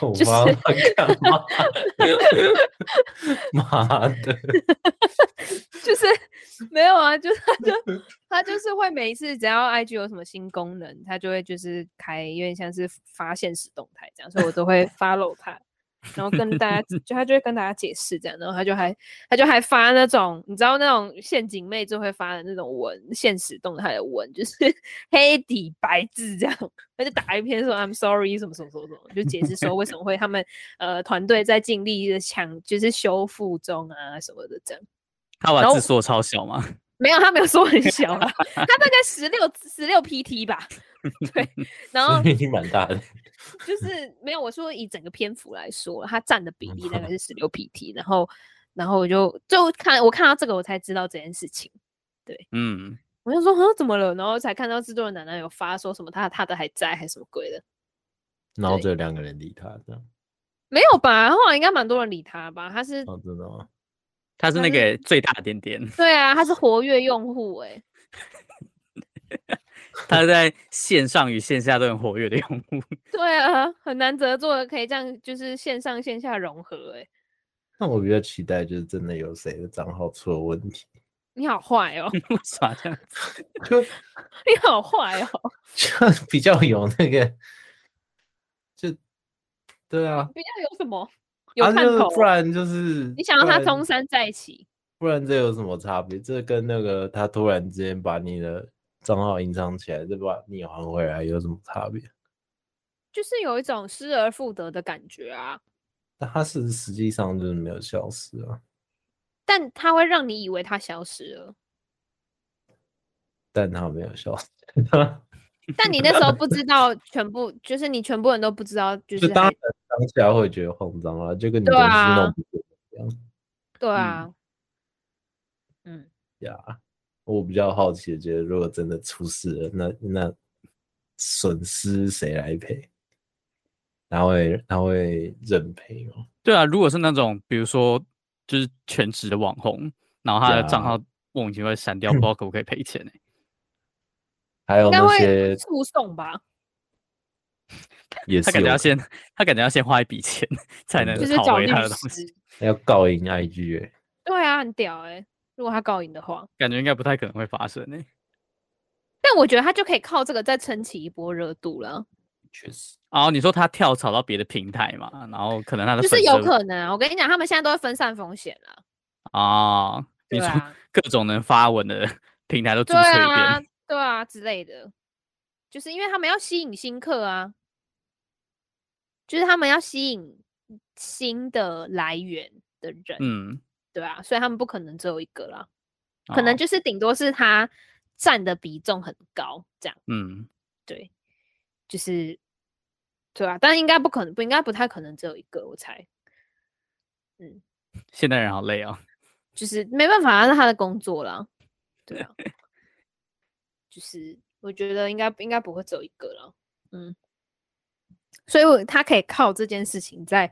Speaker 1: 我
Speaker 3: 就是
Speaker 1: 帮他干嘛？ 妈 的！
Speaker 3: 就是没有啊，就是他就他就是会每一次只要 IG 有什么新功能，他就会就是开有点像是发现实动态这样，所以我都会 follow 他，然后跟大家就他就会跟大家解释这样，然后他就还他就还发那种你知道那种陷阱妹就会发的那种文，现实动态的文，就是 黑底白字这样，他就打一篇说 I'm sorry 什么什么什么什么，就解释说为什么会他们呃团队在尽力的抢就是修复中啊什么的这样。
Speaker 2: 他
Speaker 3: 然
Speaker 2: 把
Speaker 3: 后
Speaker 2: 字缩超小嘛，
Speaker 3: 没有，他没有说很小啦，他大概十六十六 PT 吧。对，然后
Speaker 1: 年纪蛮大的，
Speaker 3: 就是没有我说以整个篇幅来说，它占的比例大概是十六 PT，然后然后我就就看我看到这个我才知道这件事情，
Speaker 2: 嗯，
Speaker 3: 我就说哼怎么了，然后才看到制作人奶奶有发说什么他他的还在还是什么鬼的，
Speaker 1: 然后
Speaker 3: 对
Speaker 1: 只有两个人理他这样。
Speaker 3: 没有吧？后来应该蛮多人理他吧？他是
Speaker 1: 哦，真的吗？
Speaker 2: 他是
Speaker 3: 他
Speaker 2: 那
Speaker 3: 是
Speaker 2: 个最大的点点，
Speaker 3: 对啊，他是活跃用户哎、
Speaker 2: 他在线上与线下都很活跃的用户。
Speaker 3: 对啊，很难得做的可以这样就是线上线下融合哎、
Speaker 1: 那我比较期待就是真的有谁的账号出了问题，
Speaker 3: 你好坏哦，
Speaker 2: 为什么这样子？
Speaker 1: 就
Speaker 3: 你好坏哦。
Speaker 1: 就比较有那个，就对啊，
Speaker 3: 比较有什么？有
Speaker 1: 啊
Speaker 3: 看
Speaker 1: 就是
Speaker 3: 头哦、
Speaker 1: 不然就是
Speaker 3: 你想让他
Speaker 1: 不然
Speaker 3: 东山再起，
Speaker 1: 不然这有什么差别？这跟那个他突然之间把你的账号隐藏起来，再把你还回来有什么差别？
Speaker 3: 就是有一种失而复得的感觉啊。
Speaker 1: 但他是实际上就是没有消失啊，
Speaker 3: 但他会让你以为他消失 了，
Speaker 1: 但他没有消失。
Speaker 3: 但你那时候不知道全部，就是你全部人都不知道，就
Speaker 1: 就是当
Speaker 3: 还
Speaker 1: 然当下会觉得慌张啊，就跟你
Speaker 3: 对
Speaker 1: 东西
Speaker 3: 啊
Speaker 1: 弄不见一样
Speaker 3: 对
Speaker 2: 嗯
Speaker 3: 啊，嗯，
Speaker 1: 呀。啊我比较好奇，觉得如果真的出事了，那那损失谁来赔？他会他会认赔吗？
Speaker 2: 对啊，如果是那种比如说就是全职的网红，然后他的
Speaker 1: 对
Speaker 2: 账
Speaker 1: 啊
Speaker 2: 号莫名其妙被删掉，不知道可不可以赔钱呢、欸
Speaker 1: 还有
Speaker 2: 嗯
Speaker 3: 应该
Speaker 1: 那
Speaker 3: 会
Speaker 1: 些
Speaker 3: 诉讼吧，
Speaker 1: 也
Speaker 2: 他
Speaker 1: 是
Speaker 2: 感
Speaker 1: 有
Speaker 2: 觉要
Speaker 1: 可
Speaker 2: 先，他感觉要先花一笔钱才
Speaker 1: 真
Speaker 2: 能
Speaker 1: 的
Speaker 3: 就是
Speaker 2: 讨
Speaker 3: 找
Speaker 2: 回
Speaker 3: 律
Speaker 2: 他的东西，
Speaker 3: 师。
Speaker 1: 要告赢 IG 欸
Speaker 3: 对啊，很屌哎、如果他告赢的话，
Speaker 2: 感觉应该不太可能会发生欸呢、
Speaker 3: 但我觉得他就可以靠这个再撑起一波热度了，
Speaker 1: 确实，
Speaker 2: 然后你说他跳槽到别的平台嘛，然后可能他的
Speaker 3: 就是
Speaker 2: 粉
Speaker 3: 有
Speaker 2: 丝
Speaker 3: 可能啊。我跟你讲，他们现在都会分散风险了。
Speaker 2: 啊、你
Speaker 3: 对
Speaker 2: 说
Speaker 3: 啊，
Speaker 2: 各种能发文的平台都注
Speaker 3: 对
Speaker 2: 册一遍，
Speaker 3: 啊，对啊之类的，就是因为他们要吸引新客啊，就是他们要吸引新的来源的人，
Speaker 2: 嗯，
Speaker 3: 对啊，所以他们不可能只有一个啦，可能
Speaker 2: 哦
Speaker 3: 就是顶多是他占的比重很高，这样
Speaker 2: 嗯，
Speaker 3: 对，就是对啊，但应该不可能，不应该不太可能只有一个，我猜，
Speaker 2: 现代人好累哦。
Speaker 3: 就是没办法，啊那是他的工作啦，对啊，就是我觉得应该应该不会只有一个了，嗯，所以我他可以靠这件事情再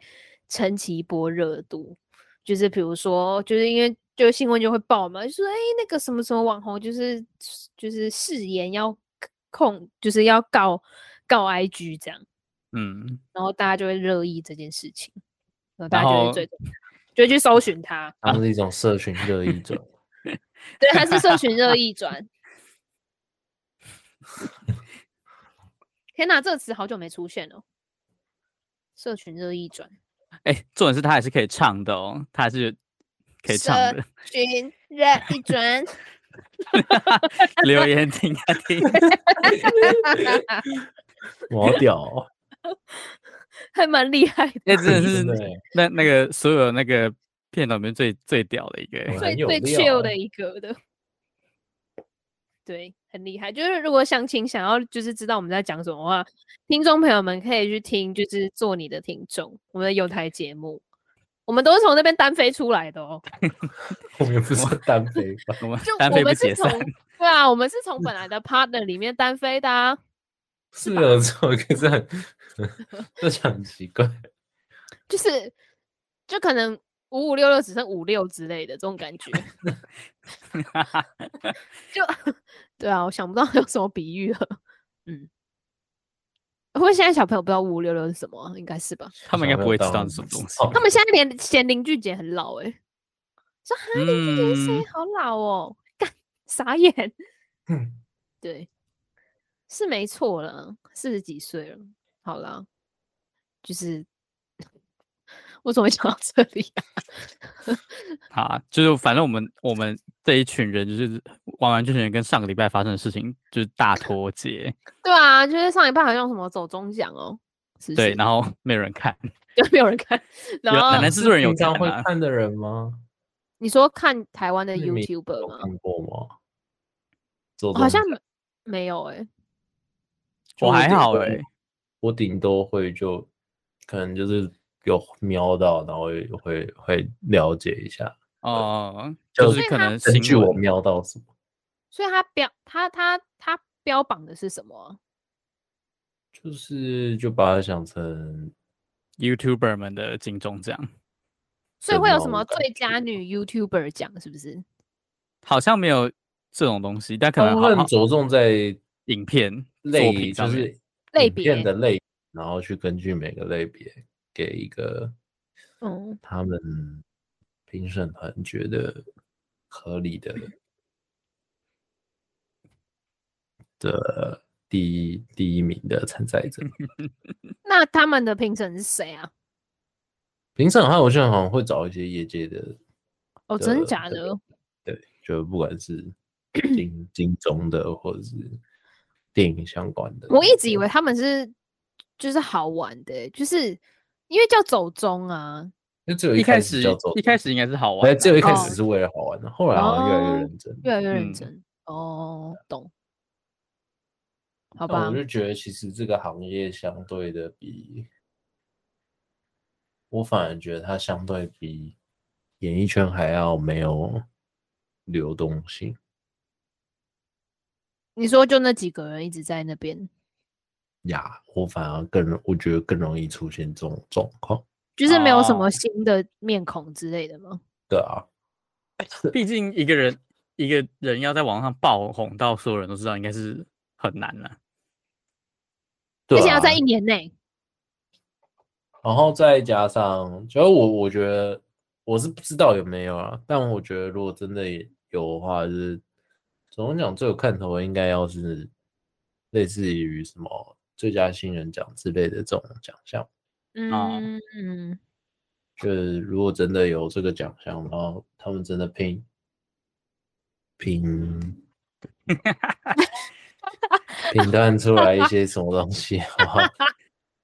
Speaker 3: 撑起一波热度，就是比如说，就是因为就新闻就会报嘛，就说哎、诶那个什么什么网红就是就是誓言要控，就是要告告 IG 这样，
Speaker 2: 嗯，
Speaker 3: 然后大家就会热议这件事情，然后大
Speaker 2: 然
Speaker 3: 家就会
Speaker 2: 后
Speaker 3: 追踪他，就会去搜寻他。
Speaker 1: 它是一种社群热议 者。
Speaker 3: 对，它是社群热议转。天哪，这个词好久没出现了。社群热议转，
Speaker 2: 哎、重点是他还是可以唱的哦，他还是可以唱
Speaker 3: 社
Speaker 2: 的。
Speaker 3: 群热议转，
Speaker 2: 留言听啊听，
Speaker 1: 毛屌哦，
Speaker 3: 还蛮厉害的。
Speaker 2: 哎那真 的
Speaker 1: 真的
Speaker 2: 是
Speaker 1: 欸
Speaker 2: 那那个所有那个骗到里面最最屌的一个
Speaker 1: 我
Speaker 2: 欸。
Speaker 1: 很
Speaker 3: 最
Speaker 1: 有
Speaker 3: 最
Speaker 1: 料
Speaker 3: chill
Speaker 1: 欸
Speaker 3: 的一个的。对，很厉害。就是如果相亲想要就是知道我们在讲什么话，听众朋友们可以去听，就是做你的听众，我们的有台节目，我们都是从那边单飞出来的哦。
Speaker 1: 我们不是单飞 吧？
Speaker 2: 我们
Speaker 3: 就
Speaker 2: 单
Speaker 3: 我
Speaker 2: 飞不
Speaker 3: 们是
Speaker 2: 解
Speaker 3: 从
Speaker 2: 散，
Speaker 3: 对啊，我们是从本来的 partner 里面单飞的、啊。
Speaker 1: 是没有错，可是很，这想很奇 怪。
Speaker 3: 就是就可能五五六六只剩五六之类的这种感觉，就对啊，我想不到 有什么比喻了，嗯，会不会现在小朋友不知道五五六六是什么啊？应该是吧？
Speaker 2: 他们应该不会知道
Speaker 1: 是
Speaker 2: 是什么东西。
Speaker 1: 哦
Speaker 3: 他们现在连嫌林俊杰很老哎、说哈林俊杰是谁
Speaker 2: 嗯？
Speaker 3: 好老哦，干傻眼，
Speaker 1: 嗯
Speaker 3: 对，是没错了，四十几岁了，好啦，就是。 我怎么会讲到这里啊？
Speaker 2: 啊，就是反正我们我们这一群人就是完完全全跟上个礼拜发生的事情就是大脱节，
Speaker 3: 对啊，就是上一半好像什么走中奖哦， 是不
Speaker 2: 对，
Speaker 3: 是
Speaker 2: 然后没有人看，
Speaker 3: 就没有人看。然
Speaker 2: 有奶
Speaker 3: 后
Speaker 2: 奶制作人有
Speaker 1: 平常会
Speaker 2: 看啊
Speaker 1: 看的人吗？
Speaker 3: 你说看台湾的
Speaker 1: 那你们
Speaker 3: YouTuber
Speaker 1: 有
Speaker 3: 吗？
Speaker 1: 看过吗？做
Speaker 3: 好
Speaker 1: 东
Speaker 3: 像
Speaker 1: 西
Speaker 3: 没有哎、
Speaker 1: 就
Speaker 2: 哦我还
Speaker 1: 顶
Speaker 2: 好
Speaker 1: 多
Speaker 2: 欸
Speaker 1: 我顶多会就可能就是有瞄到，然后会会会了解一下。
Speaker 2: 哦，
Speaker 1: 就
Speaker 2: 就是
Speaker 3: 所以
Speaker 2: 可
Speaker 3: 他
Speaker 2: 能新
Speaker 1: 根据我
Speaker 2: 闻
Speaker 1: 瞄到什么，
Speaker 3: 所以他标他他他标榜的是什么啊？
Speaker 1: 就是就把它想成
Speaker 2: YouTuber 们的金钟奖，
Speaker 3: 所以
Speaker 1: 的
Speaker 3: 会有
Speaker 1: 那
Speaker 3: 什
Speaker 1: 种
Speaker 3: 么
Speaker 1: 感
Speaker 3: 最佳
Speaker 1: 觉
Speaker 3: 女 YouTuber 奖是不是？
Speaker 2: 好像没有这种东西，但可
Speaker 1: 他
Speaker 2: 能好
Speaker 1: 们
Speaker 2: 好
Speaker 1: 着重在
Speaker 2: 影片作
Speaker 1: 类
Speaker 2: 品
Speaker 1: 就
Speaker 2: 上面
Speaker 1: 是
Speaker 3: 类
Speaker 1: 影片
Speaker 3: 别
Speaker 1: 的类，然后去根据每个类别给一个
Speaker 3: 嗯，
Speaker 1: 他们评审团觉得合理的的第一第一名的参赛
Speaker 3: 嗯
Speaker 1: 者。
Speaker 3: 那他们的评审是谁啊？
Speaker 1: 评审的话，我现在好像会找一些业界的
Speaker 3: 哦，真的假的？？
Speaker 1: 对，就不管 是金金钟的，或者是电影相关的。
Speaker 3: 我一直以为他们是就是好玩的欸、就是因为叫走中啊，
Speaker 1: 就只有
Speaker 2: 一
Speaker 1: 开
Speaker 2: 开
Speaker 1: 始
Speaker 2: 始
Speaker 1: 叫做
Speaker 2: 一开始应该是好玩
Speaker 1: 哎，
Speaker 2: 啊，
Speaker 1: 只有一开
Speaker 3: 哦
Speaker 1: 始是为了好玩的，后来好像越来
Speaker 3: 哦
Speaker 1: 越认真。
Speaker 3: 越来越认
Speaker 2: 嗯
Speaker 3: 真、哦，懂？好
Speaker 1: 好
Speaker 3: 吧，
Speaker 1: 我就觉得其实这个行业相对的比，我反而觉得它相对比演艺圈还要没有流动性。
Speaker 3: 你说就那几个人一直在那边，
Speaker 1: 呀，我反而更容，我觉得更容易出现这种状况。
Speaker 3: 就是没有什么
Speaker 2: 哦
Speaker 3: 新的面孔之类的吗？
Speaker 1: 对啊，
Speaker 2: 毕竟一个人一个人要在网上爆红到所有人都知道，应该是很难了、
Speaker 1: 对
Speaker 3: 而且要
Speaker 1: 啊
Speaker 3: 在一年内，
Speaker 1: 然后再加上，主要我我觉得我是不知道有没有啊，但我觉得如果真的有的话，就是怎么讲最有看头的应该要是类似于什么最佳新人奖之类的这种奖项。
Speaker 2: 哦
Speaker 3: 嗯嗯，
Speaker 1: 就是如果真的有这个奖项，然后他们真的拼拼评断出来一些什么东西的话，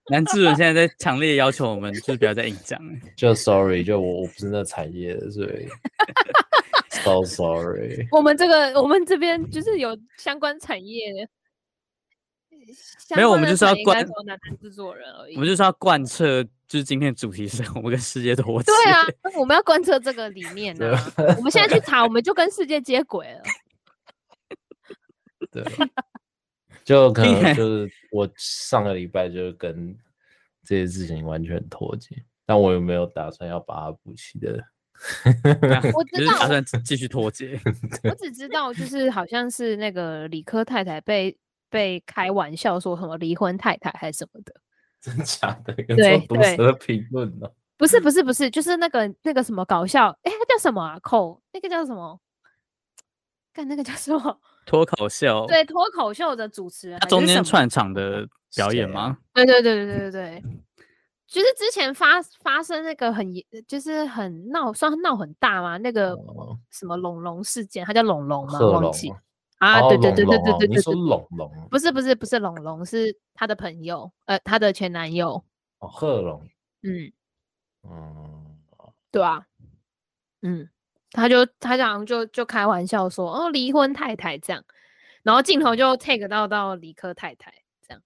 Speaker 2: 南智文现在在强烈要求我们，就是不要再硬讲 了。
Speaker 1: 就 sorry，就我我不是那产业的，所以 so sorry。
Speaker 3: 我们这个我们这边就是有相关产业的，相
Speaker 2: 没有我
Speaker 3: 关
Speaker 2: 们
Speaker 3: 的
Speaker 2: 就是要
Speaker 3: 产业应该
Speaker 2: 关
Speaker 3: 只有男男制作人而已
Speaker 2: 我。们就是要贯彻，就是今天的主 题是我们跟世界脱节。
Speaker 3: 对啊，我们要贯彻这个理念
Speaker 1: 对
Speaker 3: 啊！我们现在去查，我们就跟世界接轨 了。
Speaker 1: 对，就可
Speaker 2: 厉
Speaker 1: 能
Speaker 2: 害
Speaker 1: 就是我上个礼拜就是跟这些事情完全脱节，但我有没有打算要把它补齐的？
Speaker 3: 我
Speaker 2: 就
Speaker 3: 知
Speaker 2: 是
Speaker 3: 道，
Speaker 2: 打算继继续脱节。
Speaker 3: 我只知道，就是好像是那个理科太太被被开玩笑说什么离婚太太还是什么的，
Speaker 1: 真假的？有
Speaker 3: 对
Speaker 1: 这种毒
Speaker 3: 对
Speaker 1: 舌评论哦呢？
Speaker 3: 不
Speaker 2: 嗯
Speaker 3: 是不是不是，就是那个那个什么搞笑，哎、他叫什么啊？口那个叫什么？干那个叫什么？
Speaker 2: 脱口秀，
Speaker 3: 对，脱口秀的主持人
Speaker 2: 他
Speaker 3: 还
Speaker 2: 中
Speaker 3: 是什
Speaker 2: 间
Speaker 3: 么，啊
Speaker 2: 串场的表演吗？
Speaker 3: 对对对对对对对，就是之前发发生那个很严就是很闹，算闹很大嘛，那个
Speaker 1: 哦
Speaker 3: 什么龙龙事件，他叫龙龙吗？
Speaker 1: 贺
Speaker 3: 呃忘
Speaker 1: 龙
Speaker 3: 记
Speaker 1: 哦
Speaker 3: 啊，
Speaker 1: 哦
Speaker 3: 对对对
Speaker 1: 龙
Speaker 3: 对
Speaker 1: 龙
Speaker 3: 对
Speaker 1: 哦
Speaker 3: 对
Speaker 1: 你
Speaker 3: 对
Speaker 1: 说
Speaker 3: 对
Speaker 1: 龙龙
Speaker 3: 不是不是不是龙龙，是他的朋友，呃，他的前男友。
Speaker 1: 哦，贺龙，
Speaker 3: 嗯，
Speaker 1: 嗯，
Speaker 3: 对啊，嗯，他就他好像就就开玩笑说，哦，离婚太太这样，然后镜头就 take 到到理科太太这样，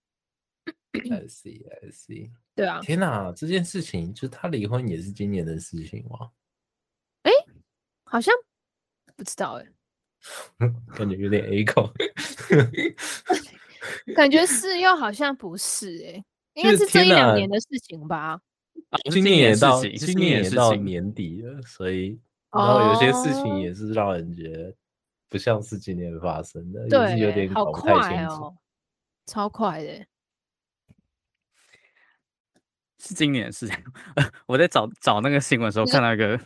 Speaker 1: I see, I see。
Speaker 3: 对啊，
Speaker 1: 天哪，这件事情就他离婚也是今年的事情吗？
Speaker 3: 好像不知道哎、
Speaker 1: 感觉有点 A 口，
Speaker 3: 感觉是又好像不是哎、应
Speaker 1: 就
Speaker 3: 该
Speaker 1: 是
Speaker 3: 是这
Speaker 1: 天
Speaker 3: 一两
Speaker 1: 哪
Speaker 3: 年的事情吧？
Speaker 2: 啊是
Speaker 1: 今年也
Speaker 2: 的事
Speaker 1: 到
Speaker 2: 情是
Speaker 1: 今
Speaker 2: 年
Speaker 1: 年
Speaker 2: 的
Speaker 1: 也
Speaker 2: 事
Speaker 1: 到
Speaker 2: 情
Speaker 1: 年底了，所以然后有些事
Speaker 3: 哦
Speaker 1: 情也是让人觉得不像是今年发生的，也是有
Speaker 3: 对，
Speaker 1: 点
Speaker 3: 好
Speaker 1: 搞不太
Speaker 3: 快
Speaker 1: 清楚。
Speaker 3: 哦，超快的欸、
Speaker 2: 是今年的事情。 我在找找那个新闻的时候，
Speaker 3: 你
Speaker 2: 看到一个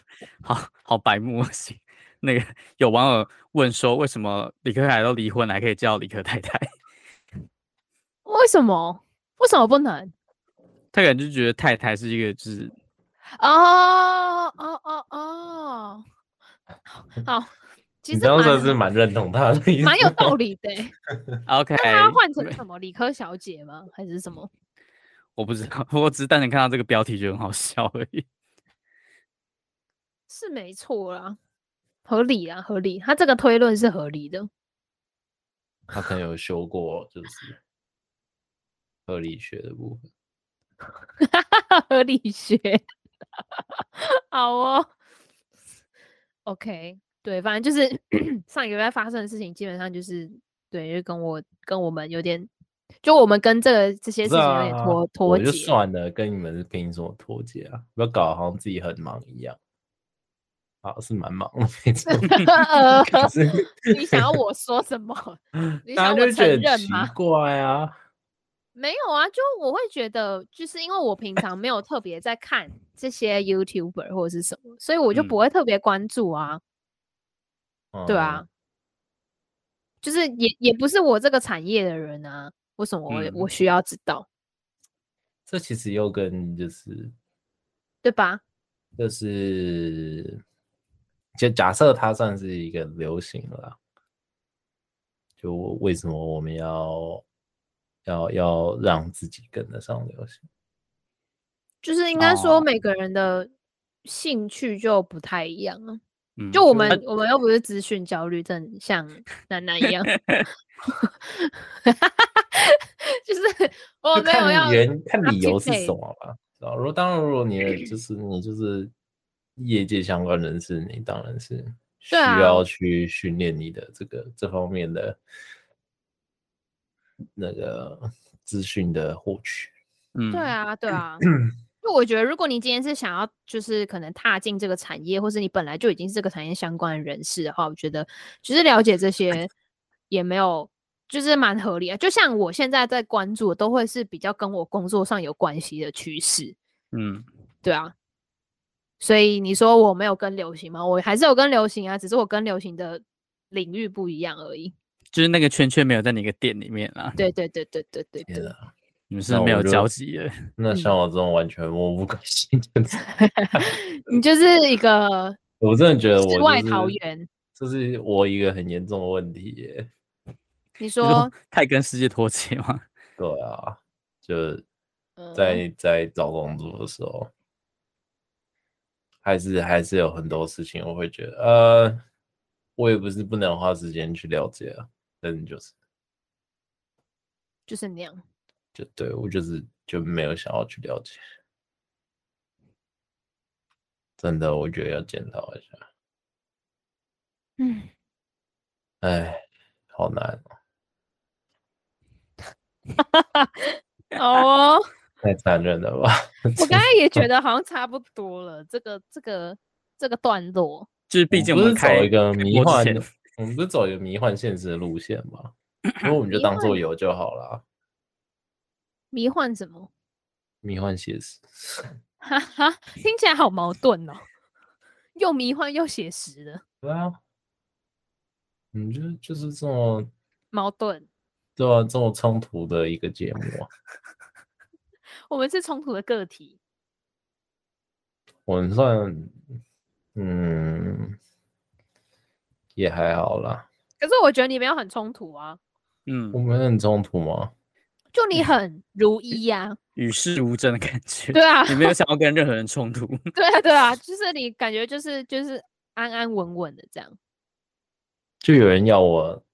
Speaker 2: 好好白目的新，那个有网友问说，为什么李克太太都离婚了，还可以叫李克太 太？
Speaker 3: 为什么？为什么不能？
Speaker 2: 他感觉就觉得太太是一个就是
Speaker 3: 哦哦哦哦，好，其
Speaker 1: 你
Speaker 3: 实
Speaker 1: 这样
Speaker 3: 蛮
Speaker 1: 算是蛮认同他的意思，哎
Speaker 3: 蛮 有道理的欸、
Speaker 2: OK。
Speaker 3: 那他要啊换成
Speaker 2: 没
Speaker 3: 什么理科小姐吗？还是什么？
Speaker 2: 我不知道，我只是单纯看到这个标题觉得很好笑而已。
Speaker 3: 是没错啦，合理啊，合理。他这个推论是合理的。
Speaker 1: 他可能有修过，就是合理学的部分。
Speaker 3: 合理学， 好哦。OK，对，反正就是 上一个礼拜发生的事情，基本上就是对，就跟我跟我们有点，就我们跟这个这些
Speaker 1: 不
Speaker 3: 事
Speaker 1: 是
Speaker 3: 情有点
Speaker 1: 啊
Speaker 3: 脱脱
Speaker 1: 我就
Speaker 3: 节。
Speaker 1: 算了，跟你们是凭什么脱节啊？不要搞得好像自己很忙一样。好，是蛮忙的，没 错。可是
Speaker 3: 你想要我说什么？你
Speaker 1: 大
Speaker 3: 想
Speaker 1: 家就
Speaker 3: 我
Speaker 1: 会觉
Speaker 3: 承
Speaker 1: 得很
Speaker 3: 认
Speaker 1: 奇
Speaker 3: 吗？
Speaker 1: 怪啊。
Speaker 3: 没有啊，就我会觉得，就是因为我平常没有特别在看这些 YouTuber 或者是什么，所以我就
Speaker 1: 嗯
Speaker 3: 不会特别关注啊。对啊
Speaker 1: 嗯，
Speaker 3: 就是也也不是我这个产业的人啊，为什么
Speaker 1: 嗯
Speaker 3: 我、我需要知道，
Speaker 1: 这其实又跟就是
Speaker 3: 对吧？
Speaker 1: 就是，就假设它算是一个流行了，就为什么我们要要要让自己跟得上流行？
Speaker 3: 就是应该说
Speaker 2: 哦
Speaker 3: 每个人的兴趣就不太一样啊。
Speaker 2: 嗯
Speaker 3: 就我
Speaker 1: 就
Speaker 3: 们我们又不是资讯焦虑症，像楠楠一 样，就是
Speaker 1: 就
Speaker 3: 我哦没有要
Speaker 1: 看原看
Speaker 3: 搭
Speaker 1: 理由
Speaker 3: 配
Speaker 1: 是什么吧。然后，如果当然，如果你 的就是你就是业界相关人士，你当然是需
Speaker 3: 对啊
Speaker 1: 要去训练你的这个这方面的那个资讯的获取。
Speaker 2: 嗯
Speaker 3: 对，啊对啊。
Speaker 1: 嗯
Speaker 3: 就我觉得，如果你今天是想要，就是可能踏进这个产业，或是你本来就已经是这个产业相关的人士的话，我觉得就是了解这些也没有，就是蛮合理的。就像我现在在关注，的，都会是比较跟我工作上有关系的趋势，
Speaker 2: 嗯，
Speaker 3: 对啊。所以你说我没有跟流行吗？我还是有跟流行啊，只是我跟流行的领域不一样而已。
Speaker 2: 就是那个圈圈没有在你个店里面啊，
Speaker 3: 对对对对对对
Speaker 1: 天
Speaker 3: 对，
Speaker 1: 啊，
Speaker 2: 你们是
Speaker 1: 那
Speaker 2: 没
Speaker 1: 我
Speaker 2: 有
Speaker 1: 就
Speaker 2: 交集的。
Speaker 3: 嗯
Speaker 1: 那像我这种完全漠不关心的人，
Speaker 3: 你就是一个
Speaker 1: 我真的觉得我
Speaker 3: 世外
Speaker 1: 就
Speaker 3: 桃
Speaker 1: 是，
Speaker 3: 源。
Speaker 1: 这是我一个很严重的问题耶。
Speaker 3: 你
Speaker 2: 你
Speaker 3: 说，
Speaker 2: 太跟世界脱节吗？
Speaker 1: 对啊，就
Speaker 3: 嗯
Speaker 1: 在在找工作的时候，还是还是有很多事情，我会觉得，呃，我也不是不能花时间去了解啊，但就是
Speaker 3: 就是那样。
Speaker 1: 就对我就是就没有想要去了解，真的，我觉得要检讨一下，
Speaker 3: 嗯。
Speaker 1: 哎，好难哦，
Speaker 3: 哦，
Speaker 1: 太残忍了吧？
Speaker 3: 我刚才也觉得好像差不多了，这个这个这个段落，
Speaker 2: 就是毕
Speaker 1: 我
Speaker 2: 竟
Speaker 1: 不
Speaker 2: 我们
Speaker 1: 是走
Speaker 2: 开
Speaker 1: 一个
Speaker 2: 开
Speaker 1: 迷
Speaker 2: 播之
Speaker 1: 幻
Speaker 2: 前
Speaker 1: 的，我们不是走一个迷幻现实的路线吗？ 因为我们就
Speaker 3: 迷
Speaker 1: 当做
Speaker 3: 幻
Speaker 1: 有就好了啊，
Speaker 3: 迷幻什么？
Speaker 1: 迷幻写实。
Speaker 3: 哈哈，听起来好矛盾哦， 又迷幻又写实的
Speaker 1: 对啊，嗯，就是就是这么
Speaker 3: 矛盾。
Speaker 1: 对啊，这么冲突的一个节目啊，
Speaker 3: 我们是冲突的个体，
Speaker 1: 我们算嗯也还好啦。
Speaker 3: 可是我觉得你没有很冲突啊，
Speaker 1: 我
Speaker 2: 嗯，
Speaker 1: 们很冲突吗？
Speaker 3: 就你很如一呀、
Speaker 2: 与世无争的感觉。
Speaker 3: 对啊，
Speaker 2: 你没有想要跟任何人冲突，
Speaker 3: 对啊，对啊，就是你感觉就是就是安安稳稳的这样。
Speaker 1: 就有人要我，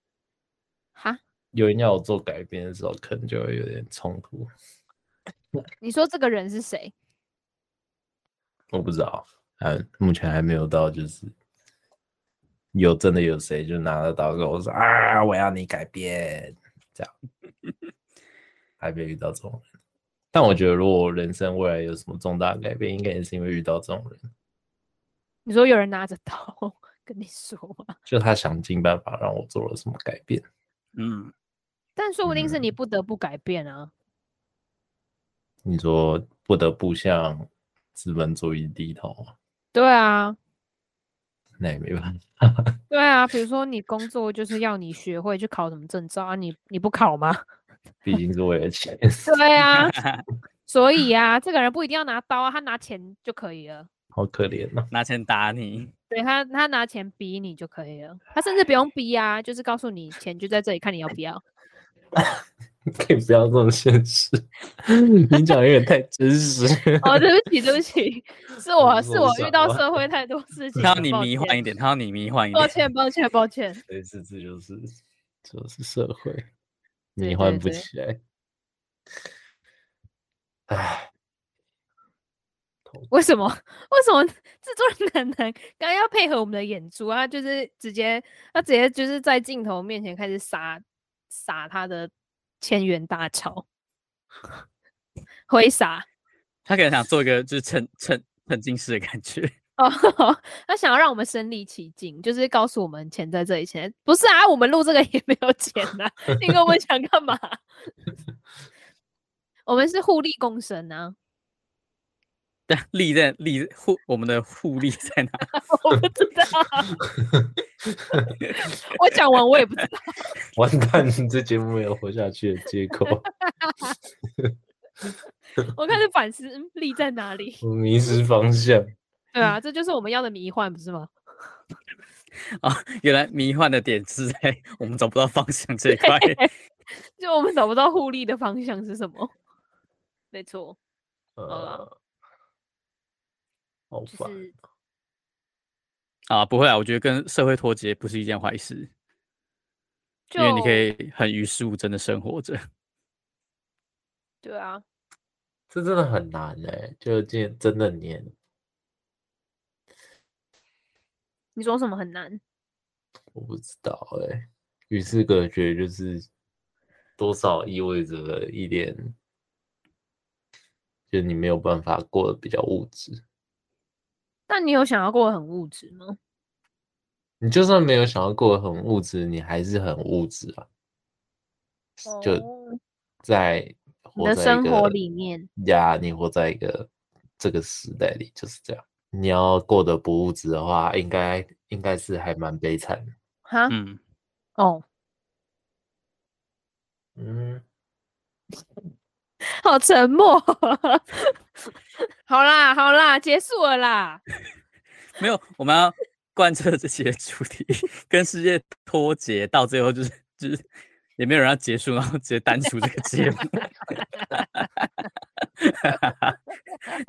Speaker 3: 哈，
Speaker 1: 有人要我做改变的时候，可能就会有点冲突。
Speaker 3: 你说这个人是谁？
Speaker 1: 我不知道，嗯，目前还没有到就是有真的有谁就拿着刀跟我说啊，我要你改变这样，还没遇到这种人。但我觉得，如果我人生未来有什么重大改变，应该也是因为遇到这种人，
Speaker 3: 你说有人拿着刀 跟你说吗？
Speaker 1: 就他想尽办法让我做了什么改变。
Speaker 2: 嗯，
Speaker 3: 但说不定是你不得不改变啊。
Speaker 1: 你说不得不向资本主义低头吗，
Speaker 3: 对啊，
Speaker 1: 那也没办法。
Speaker 3: 对啊。比如说你工作就是要你学会去考什么证照啊，你你不考吗？
Speaker 1: 毕竟是为了钱。
Speaker 3: 对啊，所以啊，这个人不一定要拿刀啊，他拿钱就可以了。
Speaker 1: 好可怜哦呐、
Speaker 2: 拿钱打你，
Speaker 3: 对他，他拿钱逼你就可以了，他甚至不用逼啊，就是告诉你钱就在这里，看你要不要。
Speaker 1: 可以不要这么现实， 你讲得有点太真实。
Speaker 3: 哦，对不起，对不起，是我
Speaker 1: 我
Speaker 3: 是
Speaker 1: 说
Speaker 3: 我
Speaker 1: 啥
Speaker 3: 遇到
Speaker 1: 了
Speaker 3: 社会太多事情
Speaker 2: 他
Speaker 3: 了，
Speaker 2: 要你
Speaker 3: 抱
Speaker 2: 迷
Speaker 3: 歉
Speaker 2: 幻一点，他要你迷幻一
Speaker 3: 抱
Speaker 2: 点。
Speaker 3: 歉，抱歉，抱歉。
Speaker 1: 对，是这就是就是社会，
Speaker 3: 对
Speaker 1: 你
Speaker 3: 对
Speaker 1: 换不
Speaker 3: 对
Speaker 1: 起来。唉，
Speaker 3: 为什么？为什么制作人很难？刚刚要配合我们的演出啊，他就是直接，他直接就是在镜头面前开始撒撒他的千元大钞，挥洒
Speaker 2: 他可能想做一个就是沉沉沉浸式的感觉。
Speaker 3: 哦。他想要让我们身临其境，就是告诉我们钱在这里，钱不是啊，我们录这个也没有钱 呐、你跟我们想干嘛？ 我们是互利共生啊，
Speaker 2: 但利在利互我们的互利在哪？
Speaker 3: 我不知道， 我讲完我也不知道。
Speaker 1: 完蛋， 这节目没有活下去的借口，
Speaker 3: 我开始反思，嗯，力在哪里？
Speaker 1: 我迷失方 向。
Speaker 3: 对啊，这就是我们要的迷幻，不是吗？
Speaker 2: 原来迷幻的点是在我们找不到方向这一块。
Speaker 3: 就我们找不到互利的方向是什么？没错，啦
Speaker 1: 呃，好
Speaker 3: 就
Speaker 1: 烦，
Speaker 3: 是
Speaker 2: 啊，不会啊，我觉得跟社会脱节不是一件坏事，
Speaker 3: 就
Speaker 2: 因为你可以很与世无争的生活着。
Speaker 3: 对啊，
Speaker 1: 这真的很难哎、就今真的年
Speaker 3: 你说什么很难？
Speaker 1: 我不知道哎、与世隔绝就是多少意味着了一点，就你没有办法过得比较物质。
Speaker 3: 但你有想要过得很物质吗？
Speaker 1: 你就算没有想要过得很物质，你还是很物质啊。就
Speaker 3: 哦
Speaker 1: 在活
Speaker 3: 你的
Speaker 1: 在一
Speaker 3: 生活
Speaker 1: 个
Speaker 3: 里面，
Speaker 1: 呀，你活在一个这个时代里就是这样。你要过得不物质的话，应该应该是还蛮悲惨的。
Speaker 3: 哈，
Speaker 2: 嗯，
Speaker 3: 哦，
Speaker 1: 嗯，
Speaker 3: 好沉默。 好啦，好啦，结束了啦。
Speaker 2: 没有，我们要贯彻这些主题，跟世界脱节，到最后就是就是也没有人要结束，然后直接单出这个节目。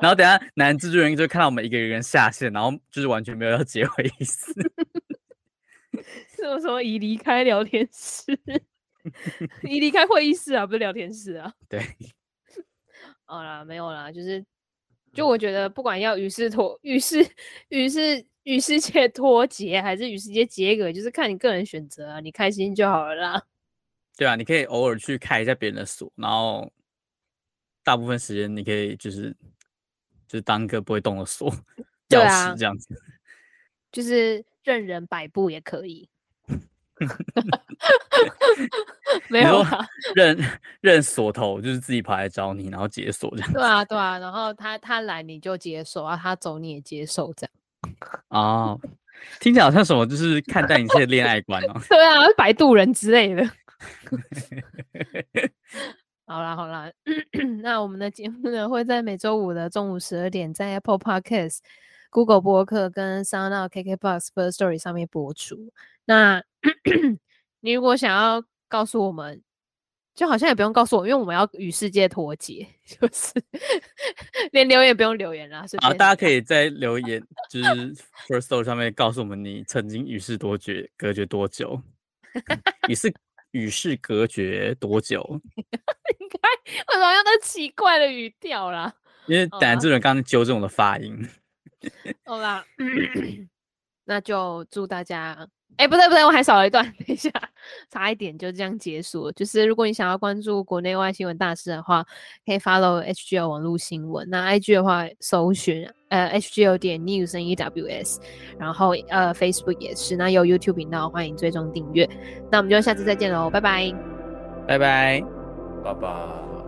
Speaker 2: 然后等下男制作人就看到我们一个一个人下线，然后就是完全没有要结尾意思。
Speaker 3: 是我说已离开聊天 室，已离开会议室啊，不是聊天室啊。
Speaker 2: 对，
Speaker 3: 好啦，没有啦，就是，就我觉得不管要与世脱与世与世与世界脱节，还是与世界结合，就是看你个人选择啊，你开心就好了啦。
Speaker 2: 对啊，你可以偶尔去开一下别人的锁，然后大部分时间你可以就是就是当个不会动的锁
Speaker 3: 对
Speaker 2: 钥
Speaker 3: 啊
Speaker 2: 匙这样子。
Speaker 3: 就是任人摆布也 可以。没
Speaker 2: 你说
Speaker 3: 有啦，
Speaker 2: 认认锁头，就是自己跑来找你，然后解锁这样。
Speaker 3: 对啊，对啊，然后他他来你就接受啊，他走你也接受这样。
Speaker 2: 哦，听起来好像什么，就是看待一切恋爱观 哦。
Speaker 3: 对啊，摆渡人之类的。好啦好啦， 那我们的节目呢会在每周五的中午十二点在 Apple Podcast、Google 播客跟 SoundOn、KKBox、First Story 上 面播出。那你如果想要告诉我们就好像也不用告诉我，因为我们要与世界脱节， 就是连留言也不用留言啦。随
Speaker 2: 啊，
Speaker 3: 便
Speaker 2: 大家可以在留言，就是 First Story 上面告诉我们你曾经与世多绝隔绝多久，嗯与世与世隔绝多久？
Speaker 3: 应该为什么用那奇怪的语调啦？
Speaker 2: 因为
Speaker 3: 好
Speaker 2: 胆
Speaker 3: 啊
Speaker 2: 这人刚刚纠正我的发音，
Speaker 3: 好啦， 那就祝大家，哎、不对不对，我还少了一段， 等一下，差一点就这样结束了。就是如果你想要关注国内外新闻大事的话，可以 follow HGL 网络新闻，那 IG 的话搜寻呃 HGL 点 news n e w s，然后呃 Facebook 也是，那有 YouTube 频道，欢迎追踪订阅。那我们就下次再见喽，拜拜。
Speaker 2: 拜拜。
Speaker 1: 拜拜。